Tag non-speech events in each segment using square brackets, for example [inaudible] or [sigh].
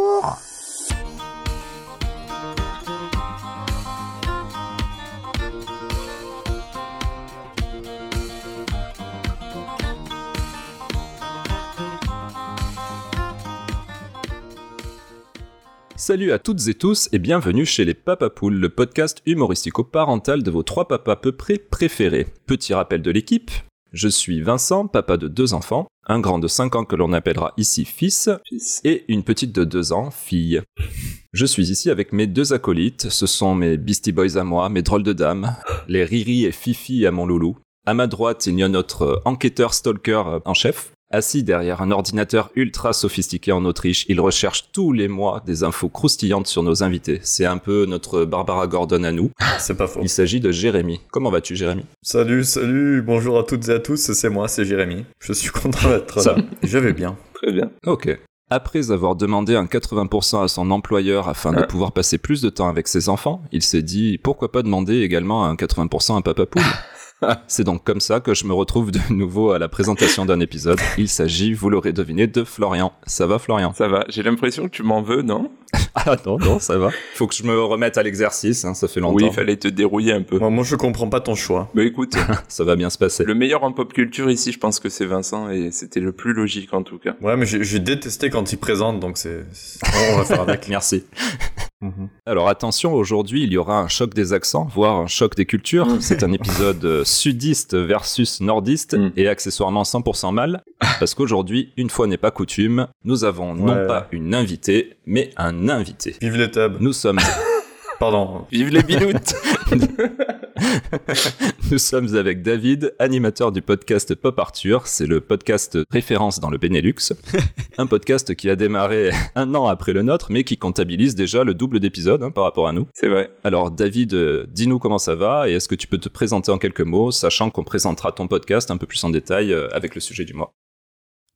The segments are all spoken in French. Bonjour. Salut à toutes et tous et bienvenue chez les Papapoules, le podcast humoristico-parental de vos trois papas à peu près préférés. Petit rappel de l'équipe, je suis Vincent, papa de deux enfants, un grand de 5 ans que l'on appellera ici fils, et une petite de 2 ans, fille. Je suis ici avec mes deux acolytes, ce sont mes Beastie Boys à moi, mes drôles de dames, les Riri et Fifi à mon loulou. À ma droite, il y a notre euh, enquêteur stalker euh, en chef. Assis derrière un ordinateur ultra sophistiqué en Autriche, il recherche tous les mois des infos croustillantes sur nos invités. C'est un peu notre Barbara Gordon à nous. C'est pas faux. Il s'agit de Jérémy. Comment vas-tu, Jérémy Salut, salut, bonjour à toutes et à tous, c'est moi, c'est Jérémy. Je suis content d'être là. Je vais bien. Très bien. Ok. Après avoir demandé un 80% à son employeur afin de Ouais. pouvoir passer plus de temps avec ses enfants, il s'est dit pourquoi pas demander également un 80% à Papa Poule C'est donc comme ça que je me retrouve de nouveau à la présentation d'un épisode. Il s'agit, vous l'aurez deviné, de Florian. Ça va Florian Ça va, j'ai l'impression que tu m'en veux, non Ah non, non, ça va. Faut que je me remette à l'exercice, hein, ça fait longtemps. Oui, il fallait te dérouiller un peu. Moi, moi, je comprends pas ton choix. Bah écoute, Ça va bien se passer. le meilleur en pop culture ici, je pense que c'est Vincent, et c'était le plus logique en tout cas. Ouais, mais j'ai j'ai détesté quand il présente, donc c'est. c'est- On va faire avec. [laughs] Merci. Mhm. Alors attention, aujourd'hui il y aura un choc des accents, voire un choc des cultures. C'est un épisode euh, sudiste versus nordiste Mm. et accessoirement 100% mal, parce qu'aujourd'hui, une fois n'est pas coutume, nous avons non Ouais. pas une invitée, mais un invité. Vive les tables. Nous sommes, [laughs] Pardon. Vive les biloutes nous sommes avec David, animateur du podcast Pop Arthur. C'est le podcast référence dans le Benelux. un podcast qui a démarré [laughs] un an après le nôtre, mais qui comptabilise déjà le double d'épisodes hein, par rapport à nous. C'est vrai. Alors David, euh, dis-nous comment ça va et est-ce que tu peux te présenter en quelques mots, sachant qu'on présentera ton podcast un peu plus en détail euh, avec le sujet du mois.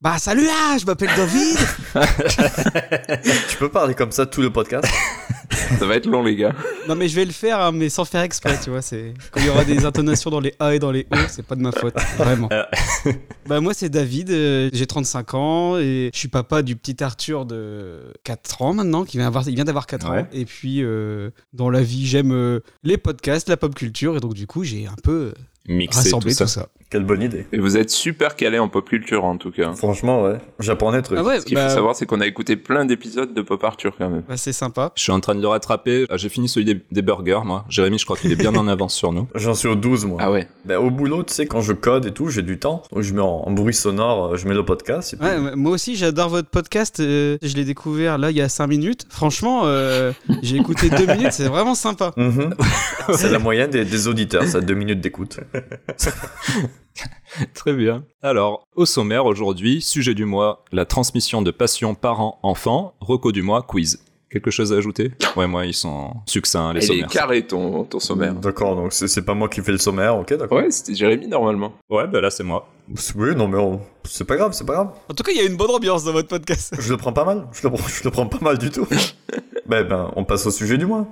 Bah salut là, je m'appelle David. Tu peux parler comme ça tout le podcast Ça va être long, les gars. [laughs] non mais je vais le faire, hein, mais sans faire exprès, tu vois. C'est quand il y aura des intonations dans les A et dans les O, c'est pas de ma faute, vraiment. Ah. bah moi c'est David, euh, j'ai 35 ans et je suis papa du petit Arthur de 4 ans maintenant, qui vient avoir, il vient d'avoir 4 Ouais. ans. Et puis euh, dans la vie, j'aime euh, les podcasts, la pop culture, et donc du coup j'ai un peu euh, Mixer tout rassemblé ça. tout ça. Quelle bonne idée. Et vous êtes super calés en pop culture en tout cas. Franchement, ouais. J'apprends des trucs. Ah ouais, Ce qu'il bah, faut savoir, c'est qu'on a écouté plein d'épisodes de Pop Arthur quand même. bah, c'est sympa. Je suis en train de le rattraper. Ah, J'ai fini celui des, des burgers, moi. Jérémy, je crois qu'il est bien en avance sur nous. J'en suis au 12, moi. Ah ouais Bah, au boulot, tu sais, quand je code et tout, j'ai du temps. Donc, je mets en, en bruit sonore, euh, je mets le podcast. et puis- Ouais, moi aussi j'adore votre podcast, euh, je l'ai découvert là il y a 5 minutes. Franchement, euh, j'ai écouté 2 minutes, c'est vraiment sympa. Mhm. c'est la moyenne des, des auditeurs, ça, deux minutes d'écoute. [laughs] Très bien. Alors, au sommaire aujourd'hui, sujet du mois, la transmission de passion parents-enfants, reco du mois, quiz. Quelque chose à ajouter Ouais, moi, ils sont succincts, hein, les Il est sommaires. carré ton, ton sommaire. D'accord, donc c'est c'est pas moi qui fais le sommaire, ok, d'accord. Ouais, c'était Jérémy normalement. Ouais, bah là, c'est moi. Oui, non, mais on- c'est pas grave, c'est pas grave. En tout cas, il y a une bonne ambiance dans votre podcast. Je le prends pas mal, je le prends, je le prends pas mal du tout. ben, ben, on passe au sujet du mois.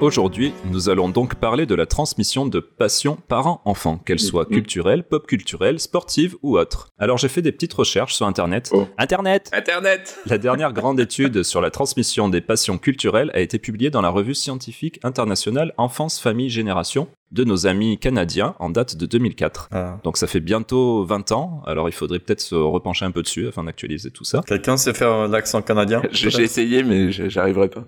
Aujourd'hui, nous allons donc parler de la transmission de passions parents-enfants, Mm-hmm. qu'elles soient Mhm. culturelles, pop culturelles, sportives ou autres. Alors j'ai fait des petites recherches sur Internet. Oh. Internet Internet [laughs] La dernière grande étude sur la transmission des passions culturelles a été publiée dans la revue scientifique internationale Enfance, Famille, Génération de nos amis canadiens en date de 2004. Ah. Donc ça fait bientôt 20 ans, alors il faudrait peut-être se repencher un peu dessus afin d'actualiser tout ça. Quelqu'un sait faire euh, l'accent canadien [laughs] J'ai j'ai essayé, mais j'ai- j'arriverai pas.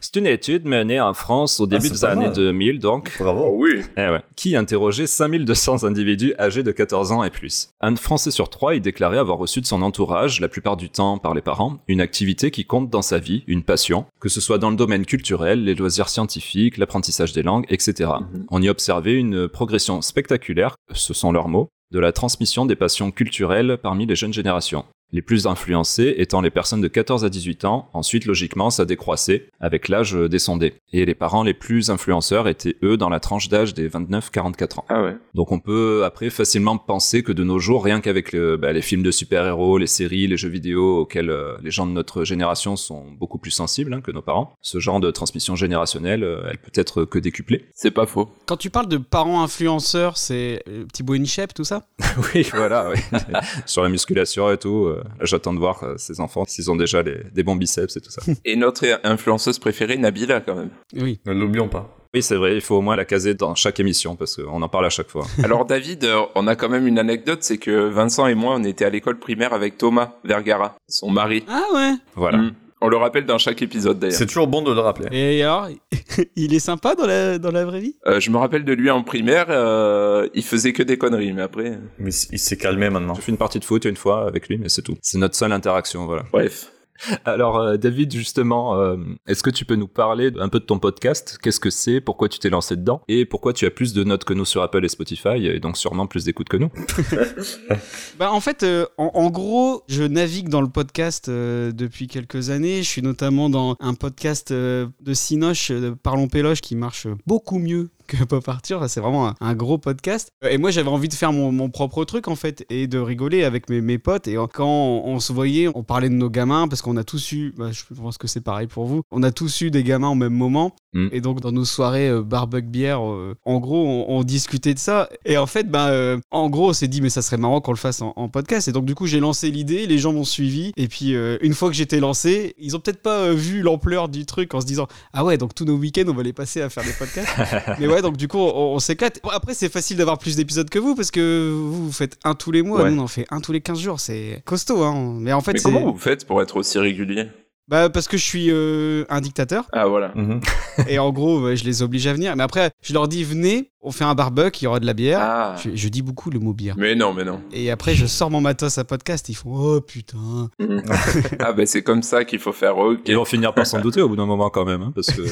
C'est une étude menée en France au début Ah, c'est des pas années mal. 2000, donc Bravo. oui Eh ouais. Qui interrogeait 5200 individus âgés de 14 ans et plus. Un Français sur trois y déclarait avoir reçu de son entourage, la plupart du temps par les parents, une activité qui compte dans sa vie, une passion, que ce soit dans le domaine culturel, les loisirs scientifiques, l'apprentissage des langues, etc. Mhm. On y observait une progression spectaculaire, ce sont leurs mots, de la transmission des passions culturelles parmi les jeunes générations. Les plus influencées étant les personnes de 14 à 18 ans, ensuite logiquement ça décroissait avec l'âge des sondés. Et les parents les plus influenceurs étaient eux dans la tranche d'âge des 29-44 ans. Ah ouais. Donc on peut après facilement penser que de nos jours, rien qu'avec le- bah, les films de super-héros, les séries, les jeux vidéo auxquels euh, les gens de notre génération sont beaucoup plus sensibles hein, que nos parents, ce genre de transmission générationnelle, euh, elle peut être que décuplée. C'est pas faux. Quand tu parles de parents influenceurs, c'est euh, Thibaut Enichep, tout ça [laughs] oui, voilà, oui. Sur la musculation et tout, euh, j'attends de voir euh, ces enfants s'ils ont déjà les- des bons biceps et [laughs] tout ça. Et notre influenceuse préférée, Nabila, quand [laughs] même. Oui. Ne l'oublions pas. oui, c'est vrai, il faut au moins la caser dans chaque émission parce qu'on en parle à chaque fois. Alors David, euh, on a quand même une anecdote, c'est que Vincent et moi, on était à l'école primaire avec Thomas Vergara, son mari. Ah ouais Voilà. Mm. On le rappelle dans chaque épisode d'ailleurs. C'est toujours bon de le rappeler. Et alors, [laughs] il est sympa dans la, dans la vraie vie Euh, je me rappelle de lui en primaire, euh, il faisait que des conneries, mais après, euh, Mais il s'est calmé maintenant. J'ai fait une partie de foot une fois avec lui, mais c'est tout. C'est notre seule interaction, voilà. bref. Alors euh, David, justement, euh, est-ce que tu peux nous parler un peu de ton podcast Qu'est-ce que c'est Pourquoi tu t'es lancé dedans Et pourquoi tu as plus de notes que nous sur Apple et Spotify et donc sûrement plus d'écoutes que nous Bah en fait, euh, en, en gros, je navigue dans le podcast euh, depuis quelques années. Je suis notamment dans un podcast euh, de Sinoche, euh, de Parlons Péloche, qui marche beaucoup mieux [laughs] que Pop Arthur. C'est vraiment un, un gros podcast. Euh, Et moi, j'avais envie de faire mon, mon propre truc, en fait, et de rigoler avec mes, mes potes. Et euh, quand on, on se voyait, on parlait de nos gamins, parce qu'on a tous eu, bah, je pense que c'est pareil pour vous, on a tous eu des gamins au même moment. Mm. Et donc, dans nos soirées euh, barbecue bière, euh, en gros, on, on discutait de ça. Et en fait, bah, euh, en gros, on s'est dit, mais ça serait marrant qu'on le fasse en, en podcast. Et donc, du coup, j'ai lancé l'idée, les gens m'ont suivi. Et puis, euh, une fois que j'étais lancé, ils ont peut-être pas euh, vu l'ampleur du truc en se disant, ah ouais, donc tous nos week-ends, on va les passer à faire des podcasts. [laughs] mais ouais, donc, du coup, on, on s'éclate. Bon, après, c'est facile d'avoir plus d'épisodes que vous parce que vous, vous faites un tous les mois. Ouais. Nous, on en fait un tous les 15 jours. C'est costaud, hein. Mais en fait, mais c'est. comment vous faites pour être aussi régulier Bah, parce que je suis euh, un dictateur. Ah voilà. Mhm. Et en gros, ouais, je les oblige à venir. Mais après, je leur dis, venez, on fait un barbecue, il y aura de la bière. Ah. Je, je dis beaucoup le mot Mm. bière. Mais non, mais [laughs] non. Et [laughs] après, je sors mon matos à podcast. Ils font, oh putain. ah ben c'est comme ça qu'il faut faire. Ok. Ils vont finir par s'en douter au bout d'un moment quand même, hein, parce [laughs] que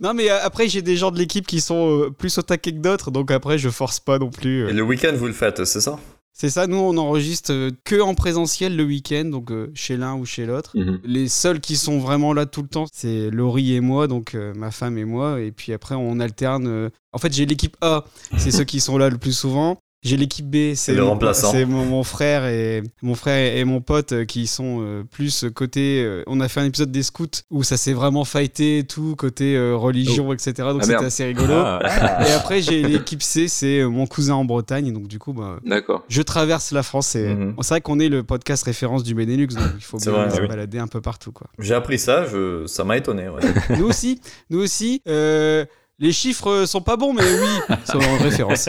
Non, mais euh, après, j'ai des gens de l'équipe qui sont euh, plus au taquet que d'autres. Donc après, je force pas non plus. euh. Et le week-end, vous le faites, c'est ça C'est ça, nous, on enregistre euh, que en présentiel le week-end. Donc euh, chez l'un ou chez l'autre. Mhm. Les seuls qui sont vraiment là tout le temps, c'est Laurie et moi, donc euh, ma femme et moi. Et puis après, on alterne. euh, En fait, j'ai l'équipe A, c'est ceux qui sont là le plus souvent. J'ai l'équipe B, c'est le mon- remplaçant. C'est mon, mon frère et mon frère et mon pote euh, qui sont euh, plus côté. euh, on a fait un épisode des scouts où ça s'est vraiment fighté, et tout côté euh, religion, Oh. etc. Donc Ah, c'était merde. assez rigolo. Ah, Et après j'ai l'équipe C, c'est euh, mon cousin en Bretagne, donc du coup, bah, D'accord. je traverse la France. Et Mhm. c'est vrai qu'on est le podcast référence du Benelux, donc il faut C'est bien vrai, se oui. balader un peu partout, quoi. [laughs] J'ai appris ça, je... ça m'a [laughs] étonné. Ouais. Nous aussi, nous aussi. euh, les chiffres euh, sont pas bons, mais oui, [laughs] sont en référence.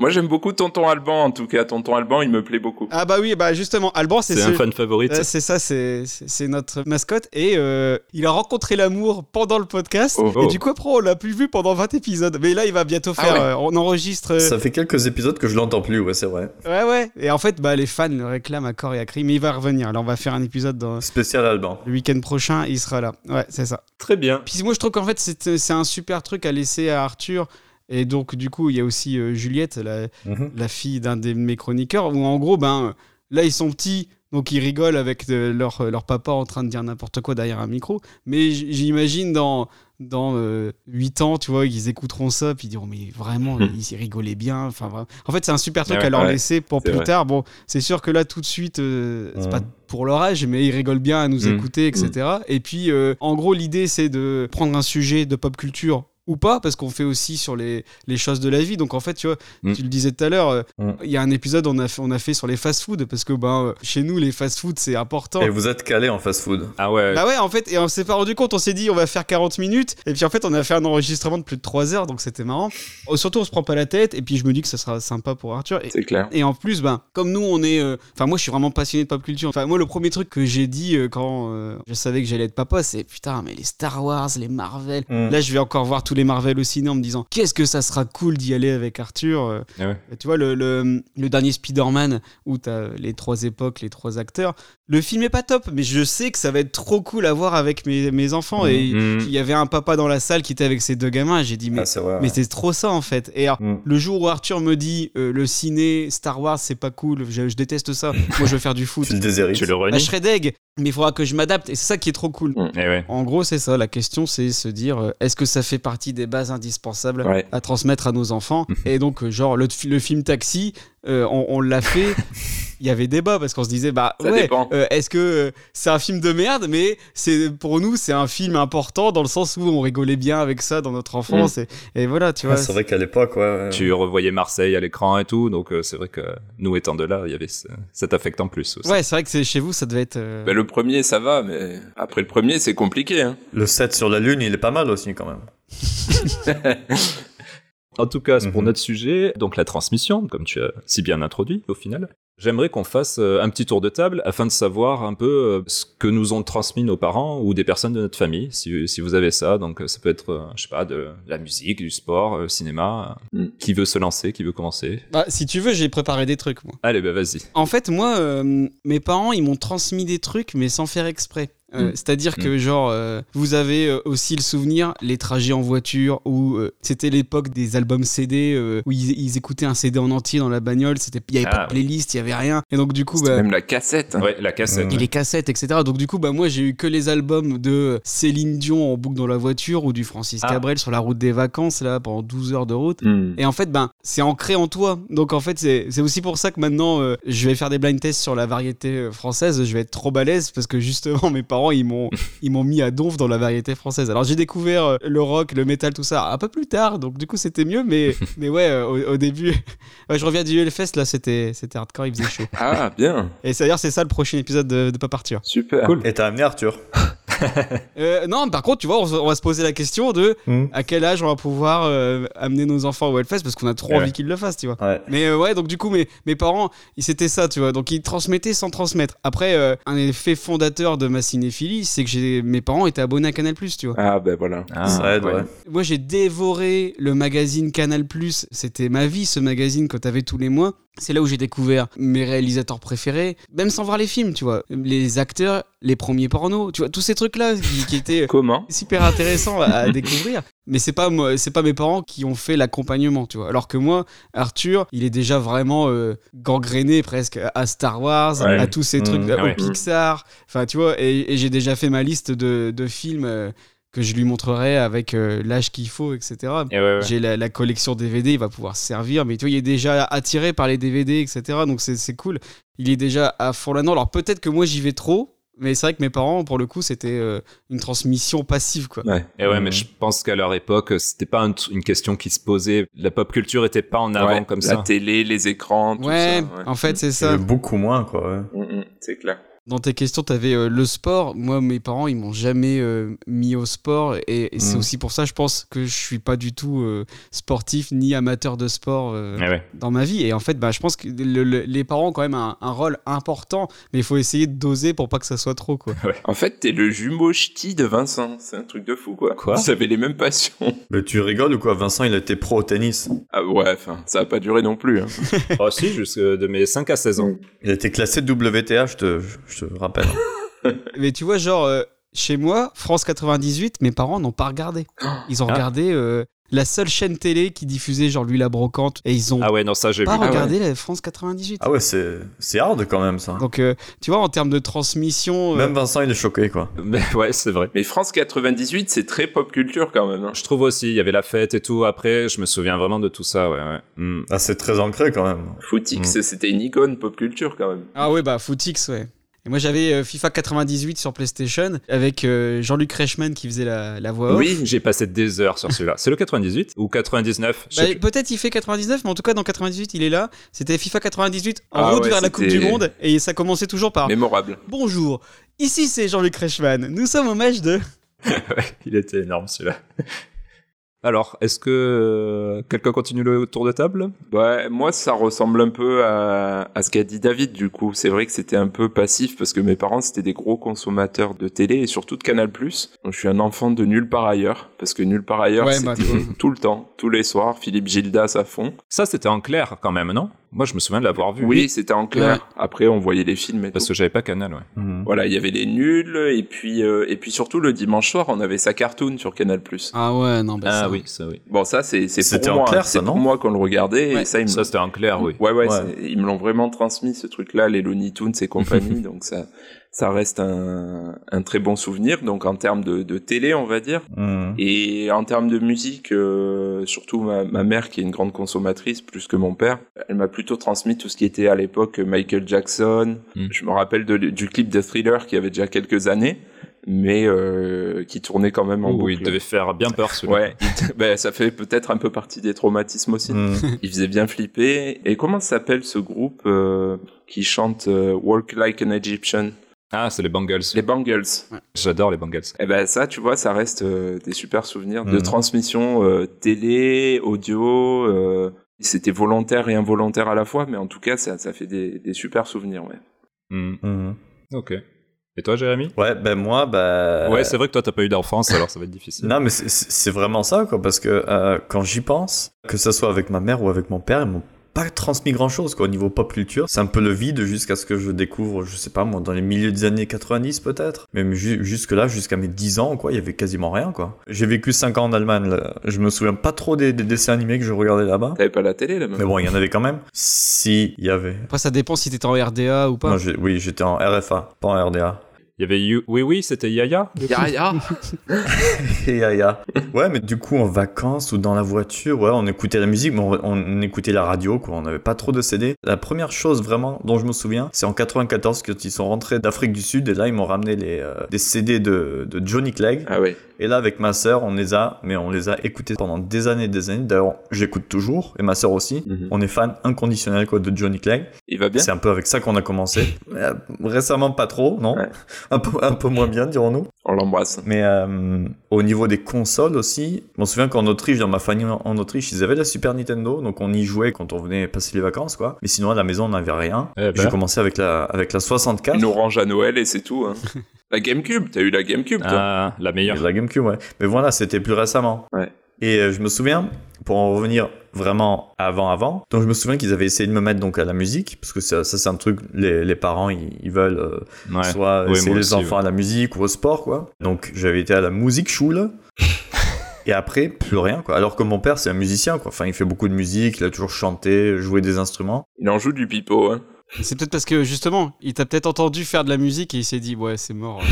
Moi j'aime beaucoup Tonton Alban en tout cas. Tonton Alban il me plaît beaucoup. Ah bah oui, bah justement, Alban, c'est c'est un ce- fan favori. euh, c'est ça, c'est c'est- c'est notre mascotte et euh, il a rencontré l'amour pendant le podcast Oh, et oh. du coup après on l'a plus vu pendant 20 épisodes. Mais là il va bientôt Ah faire, ouais. euh, on enregistre. euh, Ça fait quelques épisodes que je l'entends plus, ouais, c'est vrai. Ouais ouais. Et en fait bah les fans le réclament à corps et à cri, mais il va revenir. Là on va faire un épisode dans Spécial Alban. le week-end prochain, il sera là. Ouais c'est ça. Très bien. Puis moi je trouve qu'en fait c'est c'est un super truc à laisser à Arthur. Et donc du coup il y a aussi euh, Juliette, la, Mhm. la fille d'un de mes chroniqueurs, où en gros, ben, euh, là, ils sont petits, donc ils rigolent avec euh, leur, euh, leur papa en train de dire n'importe quoi derrière un micro. Mais j- j'imagine dans, dans 8 ans, tu vois, ils écouteront ça, puis ils diront, mais vraiment, Hmm. ils y rigolaient bien. Enfin, vra- En fait, c'est un super truc Ouais, à leur ouais, laisser pour c'est plus vrai. tard. Bon, c'est sûr que là, tout de suite, euh, c'est Hmm. pas pour leur âge, mais ils rigolent bien à nous Mm. Hmm. écouter, etc. Et puis, euh, en gros, l'idée, c'est de prendre un sujet de pop culture ou pas, parce qu'on fait aussi sur les, les choses de la vie. Donc en fait, tu vois, Mm. tu le disais tout à l'heure, euh, il Mm. y a un épisode on a fait, on a fait sur les fast-food parce que ben euh, chez nous les fast-food c'est important. Et vous êtes calé en fast-food. Ah ouais. Bah ouais, en fait, et on s'est pas rendu compte, on s'est dit on va faire 40 minutes, et puis en fait on a fait un enregistrement de plus de 3 heures, donc c'était marrant. Oh, surtout on se prend pas la tête, et puis je me dis que ça sera sympa pour Arthur. Et, C'est clair. et en plus, ben, comme nous, on est. euh, Enfin, moi, je suis vraiment passionné de pop culture. Enfin, moi, le premier truc que j'ai dit euh, quand euh, je savais que j'allais être papa, c'est putain, mais les Star Wars, les Marvel. Mm. Là, je vais encore voir tous les Marvel au ciné en me disant qu'est-ce que ça sera cool d'y aller avec Arthur. euh. Ah ouais. Tu vois, le, le, le dernier Spider-Man où t'as les trois époques, les trois acteurs. Le film est pas top, mais je sais que ça va être trop cool à voir avec mes, mes enfants. Et Mhm. il y avait un papa dans la salle qui était avec ses deux gamins. et J'ai dit, mais, Ah, c'est vrai. mais ouais. c'est trop ça en fait. Et alors, Mm. le jour où Arthur me dit, euh, le ciné, Star Wars, c'est pas cool, je, je déteste ça, [laughs] moi je veux faire du foot. Tu le déshérites. Ah, Tu le Bah, je renies serais deg, mais il faudra que je m'adapte. Et c'est ça qui est trop cool. Eh ouais. En gros, c'est ça. La question, c'est se dire euh, est-ce que ça fait partie des bases indispensables Ouais. à transmettre à nos enfants Et donc, euh, genre, le, le film Taxi, euh, on, on l'a fait. Il y avait débat parce qu'on se disait bah Ça ouais, dépend. euh, est-ce que euh, c'est un film de merde Mais c'est pour nous, c'est un film important dans le sens où on rigolait bien avec ça dans notre enfance. Et, et voilà, tu Ah, vois. c'est vrai qu'à l'époque, ouais, ouais. Tu revoyais Marseille à l'écran et tout, donc euh, c'est vrai que nous étant de là, il y avait ce- cet affect en plus. aussi. Ouais, c'est vrai que c'est chez vous, ça devait être. euh, Bah, le premier, ça va, mais après le premier, c'est compliqué. [laughs] Hein. Le 7 sur la lune, il est pas mal aussi quand même. bah. En tout cas, c'est pour Mhm. notre sujet, donc la transmission, comme tu as si bien introduit au final, j'aimerais qu'on fasse euh, un petit tour de table afin de savoir un peu euh, ce que nous ont transmis nos parents ou des personnes de notre famille, si, si vous avez ça. Donc euh, ça peut être, euh, je sais pas, de la musique, du sport, euh, cinéma. Mm. Qui veut se lancer, qui veut commencer bah, si tu veux, j'ai préparé des trucs moi. Allez, bah vas-y. En fait, moi, euh, mes parents, ils m'ont transmis des trucs, mais sans faire exprès. Euh, Mm. C'est-à-dire que, genre, euh, vous avez euh, aussi le souvenir, les trajets en voiture, où euh, c'était l'époque des albums CD, euh, où ils, ils écoutaient un CD en entier dans la bagnole, c'était- il n'y avait Ah, pas de playlist, il n'y avait rien. Et donc, du coup, C'était bah, même la cassette. hein. Ouais, la cassette. Hmm. et les cassettes, etc. Donc du coup, bah moi j'ai eu que les albums de Céline Dion en boucle dans la voiture ou du Francis Ah. Cabrel sur la route des vacances là pendant 12 heures de route. Hmm. Et en fait, ben, c'est ancré en toi. Donc en fait, c'est c'est aussi pour ça que maintenant, euh, je vais faire des blind tests sur la variété euh, française. Je vais être trop balèze parce que justement, [laughs] mes parents, [laughs] ils m'ont, ils m'ont mis à donf dans la variété française. Alors j'ai découvert euh, le rock, le métal, tout ça un peu plus tard. Donc du coup, c'était mieux. [laughs] Mais, mais ouais, euh, au, au début, [laughs] Ouais, je reviens du Hellfest là, c'était, c'était hardcore, il faisait [laughs] chaud. Ah, bien. Et c'est- d'ailleurs, c'est ça le prochain épisode de, de Pas Partir. Super. Cool. Et t'as amené Arthur. Euh, non, par contre, tu vois, on, se- on va se poser la question de Hmm. à quel âge on va pouvoir euh, amener nos enfants au Hellfest parce qu'on a trop Ouais. envie qu'ils le fassent, tu vois. Ouais. Mais euh, ouais, donc du coup, mes, mes parents, ils- c'était ça, tu vois. Donc ils transmettaient sans transmettre. Après, euh, un effet fondateur de ma cinéphilie, c'est que j'ai- mes parents étaient abonnés à Canal, tu vois. Ah, ben voilà. Ah, ça aide, ouais. Moi, j'ai dévoré le magazine Canal, c'était ma vie, ce magazine, quand t'avais tous les mois. C'est là où j'ai découvert mes réalisateurs préférés, même sans voir les films, tu vois. Les acteurs, les premiers pornos, tu vois, tous ces trucs-là qui, qui étaient Comment [laughs] super intéressant à- à découvrir. Mais c'est pas moi- c'est pas mes parents qui ont fait l'accompagnement, tu vois. Alors que moi, Arthur, il est déjà vraiment euh, gangréné presque à Star Wars, Ouais. à tous ces Mmh, trucs, ah au ouais. Pixar. Enfin, tu vois. Et, et j'ai déjà fait ma liste de, de films euh, que je lui montrerai avec euh, l'âge qu'il faut, etc. Et Eh ouais, ouais. J'ai la, la collection DVD, il va pouvoir se servir, mais tu vois, il est déjà attiré par les DVD, etc. Donc c'est c'est cool. Il est déjà à fond là-dedans. Alors peut-être que moi j'y vais trop, mais c'est vrai que mes parents, pour le coup, c'était euh, une transmission passive, quoi. Ouais. Et Eh ouais, Mhm. mais je pense qu'à leur époque, c'était pas un tr- une question qui se posait. La pop culture était pas en avant Ouais, comme la ça. télé, les écrans, tout Ouais, ça. ouais. en fait, c'est Et ça. Beaucoup moins, quoi. ouais. Mm, mm, C'est clair. Dans tes questions, t'avais avais le sport. Moi, mes parents, ils m'ont jamais euh, mis au sport. Et, et c'est Mm. aussi pour ça, je pense, que je suis pas du tout euh, sportif ni amateur de sport. euh, Eh ouais. [laughs] dans ma vie. Et en fait, bah, je pense que le- le- les parents ont quand même un, un rôle important, mais il faut essayer de doser pour pas que ça soit trop. Quoi. En fait, t'es le jumeau ch'ti de Vincent. C'est un truc de fou, quoi. Quoi Vous avez les mêmes passions. [laughs] Mais tu rigoles ou quoi Vincent, il a été pro au tennis. Ah ouais, enfin, ça a pas duré non plus. hein. oh si, jusque de mes 5 à 16 ans. Il a été classé WTA, je te, je te rappelle. Mais tu vois, genre, euh, chez moi, France 98, mes parents n'ont pas regardé. Ils ont Ah. regardé euh, la seule chaîne télé qui diffusait, genre, lui la brocante, et ils ont Ah ouais, non, ça j'ai vu. pas ouais. regardé la France 98. Ah ouais, c'est c'est hard quand même, ça. Donc, euh, tu vois, en termes de transmission. euh, Même Vincent, il est choqué, quoi. Mais Ah ouais, [laughs] c'est vrai. Mais France 98, c'est très pop culture quand même. hein. Je trouve aussi, il y avait la fête et tout. Après, je me souviens vraiment de tout ça, ouais. ouais. Mm. Ah, c'est très ancré quand même. Footix, c'était une icône pop culture quand même. Ah ouais, bah Footix, ouais. Et moi j'avais euh, FIFA 98 sur PlayStation avec euh, Jean-Luc Reichmann qui faisait la, la voix. off. Oui, J'ai passé des heures sur celui-là. C'est le 98 ou 99 je sais Bah, plus. Peut-être il fait 99, mais en tout cas dans 98 il est là. C'était FIFA 98 en Ah route ouais, vers la Coupe c'était- du Monde et ça commençait toujours Ah. par mémorable. Bonjour, ici c'est Jean-Luc Reichmann, nous sommes au match de. Il était énorme celui-là. [laughs] Alors, est-ce que euh, quelqu'un continue le tour de table Ouais, moi, ça ressemble un peu à, à ce qu'a dit David, du coup. C'est vrai que c'était un peu passif parce que mes parents, c'était des gros consommateurs de télé et surtout de Canal+. Donc, je suis un enfant de nulle part ailleurs parce que nulle part ailleurs, [laughs] Ouais, c'était bah, tu vois. tout le temps, tous les soirs, Philippe Gildas à fond. Ça, c'était en clair quand même, non Moi, je me souviens de l'avoir vu. Oui, c'était en clair. Après, on voyait les films et Parce tout. que j'avais pas Canal, ouais. Voilà, il y avait les nuls et puis euh, et puis surtout le dimanche soir, on avait sa cartoon sur Canal+. Ah ouais, non, bah ça. ah oui, ça oui. Bon, ça c'est c'est pour C'était en moi, clair, hein. c'est ça, non pour moi qu'on le regardait Ouais. et ça ils me Ça c'était en clair, Ah oui. Ouais, ouais, Ouais. c'est- ils me l'ont vraiment transmis ce truc-là, les Looney Tunes [laughs] et compagnie, donc ça, ça reste un, un très bon souvenir, donc en termes de, de télé, on va dire. Mhm. Et en termes de musique, euh, surtout ma, ma mère, qui est une grande consommatrice, plus que mon père, elle m'a plutôt transmis tout ce qui était à l'époque Michael Jackson. Mm. Je me rappelle de- du clip de Thriller qui avait déjà quelques années, mais euh, qui tournait quand même en Oh, oui, il boucle. devait faire bien peur celui-là. Ouais, [laughs] ben, ça fait peut-être un peu partie des traumatismes aussi. Mhm. Il faisait bien flipper. Et comment s'appelle ce groupe euh, qui chante euh, Walk Like an Egyptian Ah, c'est les Bengals. Les Bangles. J'adore les Bengals. Et ben ça, tu vois, ça reste euh, des super souvenirs de Mhm. transmission euh, télé, audio. euh, C'était volontaire et involontaire à la fois, mais en tout cas, ça, ça fait des, des super souvenirs. Ouais. Hmm, Mhm. Ok. Et toi, Jérémy Ouais, ben moi, Euh, bah. Ouais, c'est vrai que toi, t'as pas eu d'enfance, alors ça va être difficile. Non, mais c'est- c'est c'est vraiment ça, quoi, parce que euh, quand j'y pense, que ce soit avec ma mère ou avec mon père, ils m'ont pas transmis grand chose, quoi, au niveau pop culture. C'est un peu le vide jusqu'à ce que je découvre, je sais pas, moi, dans les milieux des années 90, peut-être. Mais ju- jusque-là, jusqu'à mes 10 ans, quoi, il y avait quasiment rien, quoi. J'ai vécu 5 ans en Allemagne, là. Je me souviens pas trop des, des dessins animés que je regardais là-bas. T'avais pas la télé là Mais bon, il y en avait quand même. Si, il y avait. Après, ça dépend si t'étais en RDA ou pas. Non, j'ai- oui, j'étais en RFA, pas en RDA. Il y avait You- Oui, oui, c'était Yaya. Ah. Et ya, ya. [laughs] Ouais, mais du coup, en vacances ou dans la voiture, ouais, on écoutait la musique, mais on, on écoutait la radio, quoi. On n'avait pas trop de CD. La première chose vraiment dont je me souviens, c'est en 94 quand ils sont rentrés d'Afrique du Sud et là, ils m'ont ramené les, euh, des CD de, de Johnny Clegg. Ah ouais. Et là, avec ma sœur, on les a, mais on les a écoutés pendant des années et des années. D'ailleurs, j'écoute toujours et ma sœur aussi. Mhm. On est fan inconditionnel, quoi, de Johnny Clegg. Il va bien. C'est un peu avec ça qu'on a commencé. Euh, Récemment, pas trop, non Ouais. [laughs] un, peu, un peu moins bien, dirons-nous. On l'embrasse. Mais euh, au niveau des consoles aussi, je me souviens qu'en Autriche, dans ma famille en- en Autriche, ils avaient la Super Nintendo, donc on y jouait quand on venait passer les vacances, quoi. Mais sinon, à la maison, on n'avait rien. Eh ben. J'ai commencé avec la, avec la 64. Une orange à Noël et c'est tout. [laughs] hein. la GameCube, t'as eu la GameCube toi Ah, la Et meilleure. La GameCube, ouais. Mais voilà, c'était plus récemment. Ouais. Et euh, je me souviens, pour en revenir vraiment avant avant, donc je me souviens qu'ils avaient essayé de me mettre donc à la musique, parce que ça, ça, c'est un truc, les, les parents, ils, ils veulent euh, Ouais. soit Oui, essayer moi les aussi, enfants à la musique ou au sport, quoi. Donc j'avais été à la [laughs] musique choule. Et après, plus rien, quoi. Alors que mon père, c'est un musicien, quoi. Enfin, il fait beaucoup de musique, il a toujours chanté, joué des instruments. Il en joue du pipeau. Hein. C'est peut-être parce que justement, il t'a peut-être entendu faire de la musique et il s'est dit, ouais, [laughs] c'est mort.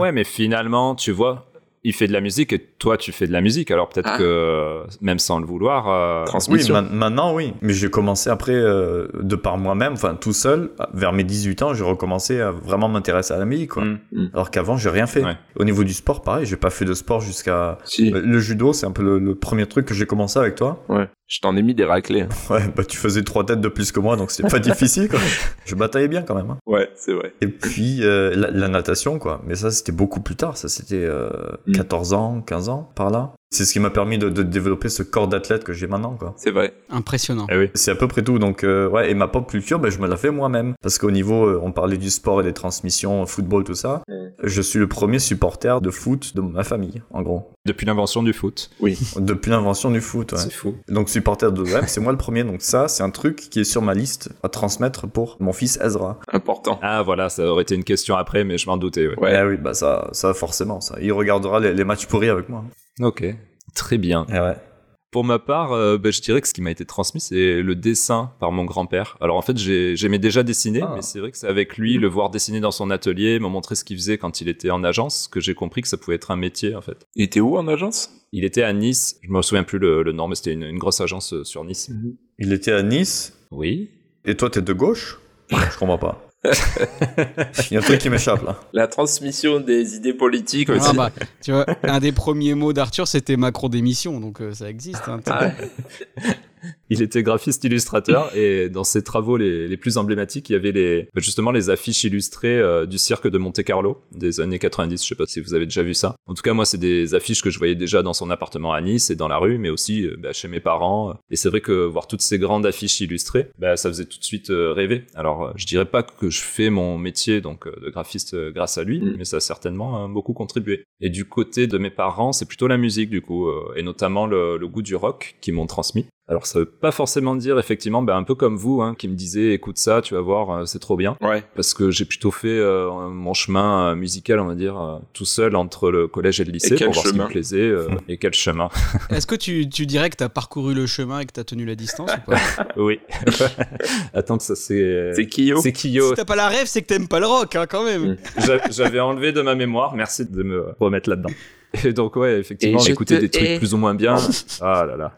Ouais, mais finalement, tu vois, il fait de la musique et toi, tu fais de la musique. Alors peut-être Ah. que, euh, même sans le vouloir, euh, Oui, Transmission. ma- maintenant, oui. Mais j'ai commencé après, euh, de par moi-même, enfin, tout seul, vers mes 18 ans, j'ai recommencé à vraiment m'intéresser à la musique, quoi. Mm. Alors qu'avant, j'ai rien fait. Ouais. Au niveau du sport, pareil, j'ai pas fait de sport jusqu'à. Si. Euh, Le judo, c'est un peu le, le premier truc que j'ai commencé avec toi. Ouais. Je t'en ai mis des raclés. hein. Ouais, bah tu faisais trois têtes de plus que moi, [laughs] donc c'était pas difficile, quoi. Je bataillais bien quand même. hein. Ouais, c'est vrai. Et puis euh, la, la natation, quoi. Mais ça, c'était beaucoup plus tard. Ça, c'était euh, Mm. 14 ans, 15 ans, par là. C'est ce qui m'a permis de, de développer ce corps d'athlète que j'ai maintenant, quoi. C'est vrai. Impressionnant. Eh oui. C'est à peu près tout. Donc, euh, ouais, et ma pop culture, ben, je me la fais moi-même. Parce qu'au niveau, euh, on parlait du sport et des transmissions, football, tout ça. Mm. Je suis le premier supporter de foot de ma famille, en gros. Depuis l'invention du foot. Depuis l'invention du foot, ouais. C'est fou. Donc, supporter de web, c'est moi le premier. Donc, ça, c'est un truc qui est sur ma liste à transmettre pour mon fils Ezra. Important. Ah voilà, ça aurait été une question après, mais je m'en doutais. ouais. Ouais. Eh oui, bah, ça, ça, forcément, ça. Il regardera les, les matchs pourris avec moi. Ok. Très bien. Eh ouais. Pour ma part, euh, bah, je dirais que ce qui m'a été transmis, c'est le dessin par mon grand-père. Alors en fait, j'ai- j'aimais déjà dessiner, Ah. mais c'est vrai que c'est avec lui, le voir dessiner dans son atelier, me montrer ce qu'il faisait quand il était en agence, que j'ai compris que ça pouvait être un métier en fait. Il était où en agence Il était à Nice, je me souviens plus le, le nom, mais c'était une, une grosse agence euh, sur Nice. Il était à Nice, Oui. et toi t'es de gauche Je comprends pas. [laughs] Il y a un truc qui m'échappe là. La transmission des idées politiques aussi. Ah bah, tu vois, un des premiers mots d'Arthur, c'était Macron démission, donc euh, ça existe. hein. Ah ouais. Il était graphiste illustrateur et dans ses travaux les, les plus emblématiques, il y avait les, bah, justement les affiches illustrées euh, du cirque de Monte Carlo des années 90. Je sais pas si vous avez déjà vu ça. En tout cas, moi, c'est des affiches que je voyais déjà dans son appartement à Nice et dans la rue, mais aussi euh, bah, chez mes parents. Et c'est vrai que voir toutes ces grandes affiches illustrées, bah, ça faisait tout de suite euh, rêver. Alors, euh, je dirais pas que je fais mon métier donc euh, de graphiste euh, grâce à lui, Mm. mais ça a certainement euh, beaucoup contribué. Et du côté de mes parents, c'est plutôt la musique du coup, euh, et notamment le, le goût du rock qui m'ont transmis. Alors ça veut pas forcément dire effectivement, ben, un peu comme vous, hein, qui me disiez écoute ça, tu vas voir, euh, c'est trop bien. Ouais. Parce que j'ai plutôt fait euh, mon chemin euh, musical, on va dire, euh, tout seul entre le collège et le lycée quel pour voir ce qui chemin. me plaisait [laughs] euh, et quel chemin. Est-ce que tu, tu dirais que t'as parcouru le chemin et que t'as tenu la distance ou pas [laughs] oui. Attends que ça c'est. Euh, C'est Kyo. C'est Kyo. Si t'as pas la rêve, c'est que t'aimes pas le rock, hein, quand même. Mm. J'a- J'avais enlevé de ma mémoire. Merci de me remettre là-dedans. Et donc ouais, effectivement, Et je écouter te des trucs hais. plus ou moins [laughs] bien. Ah là là.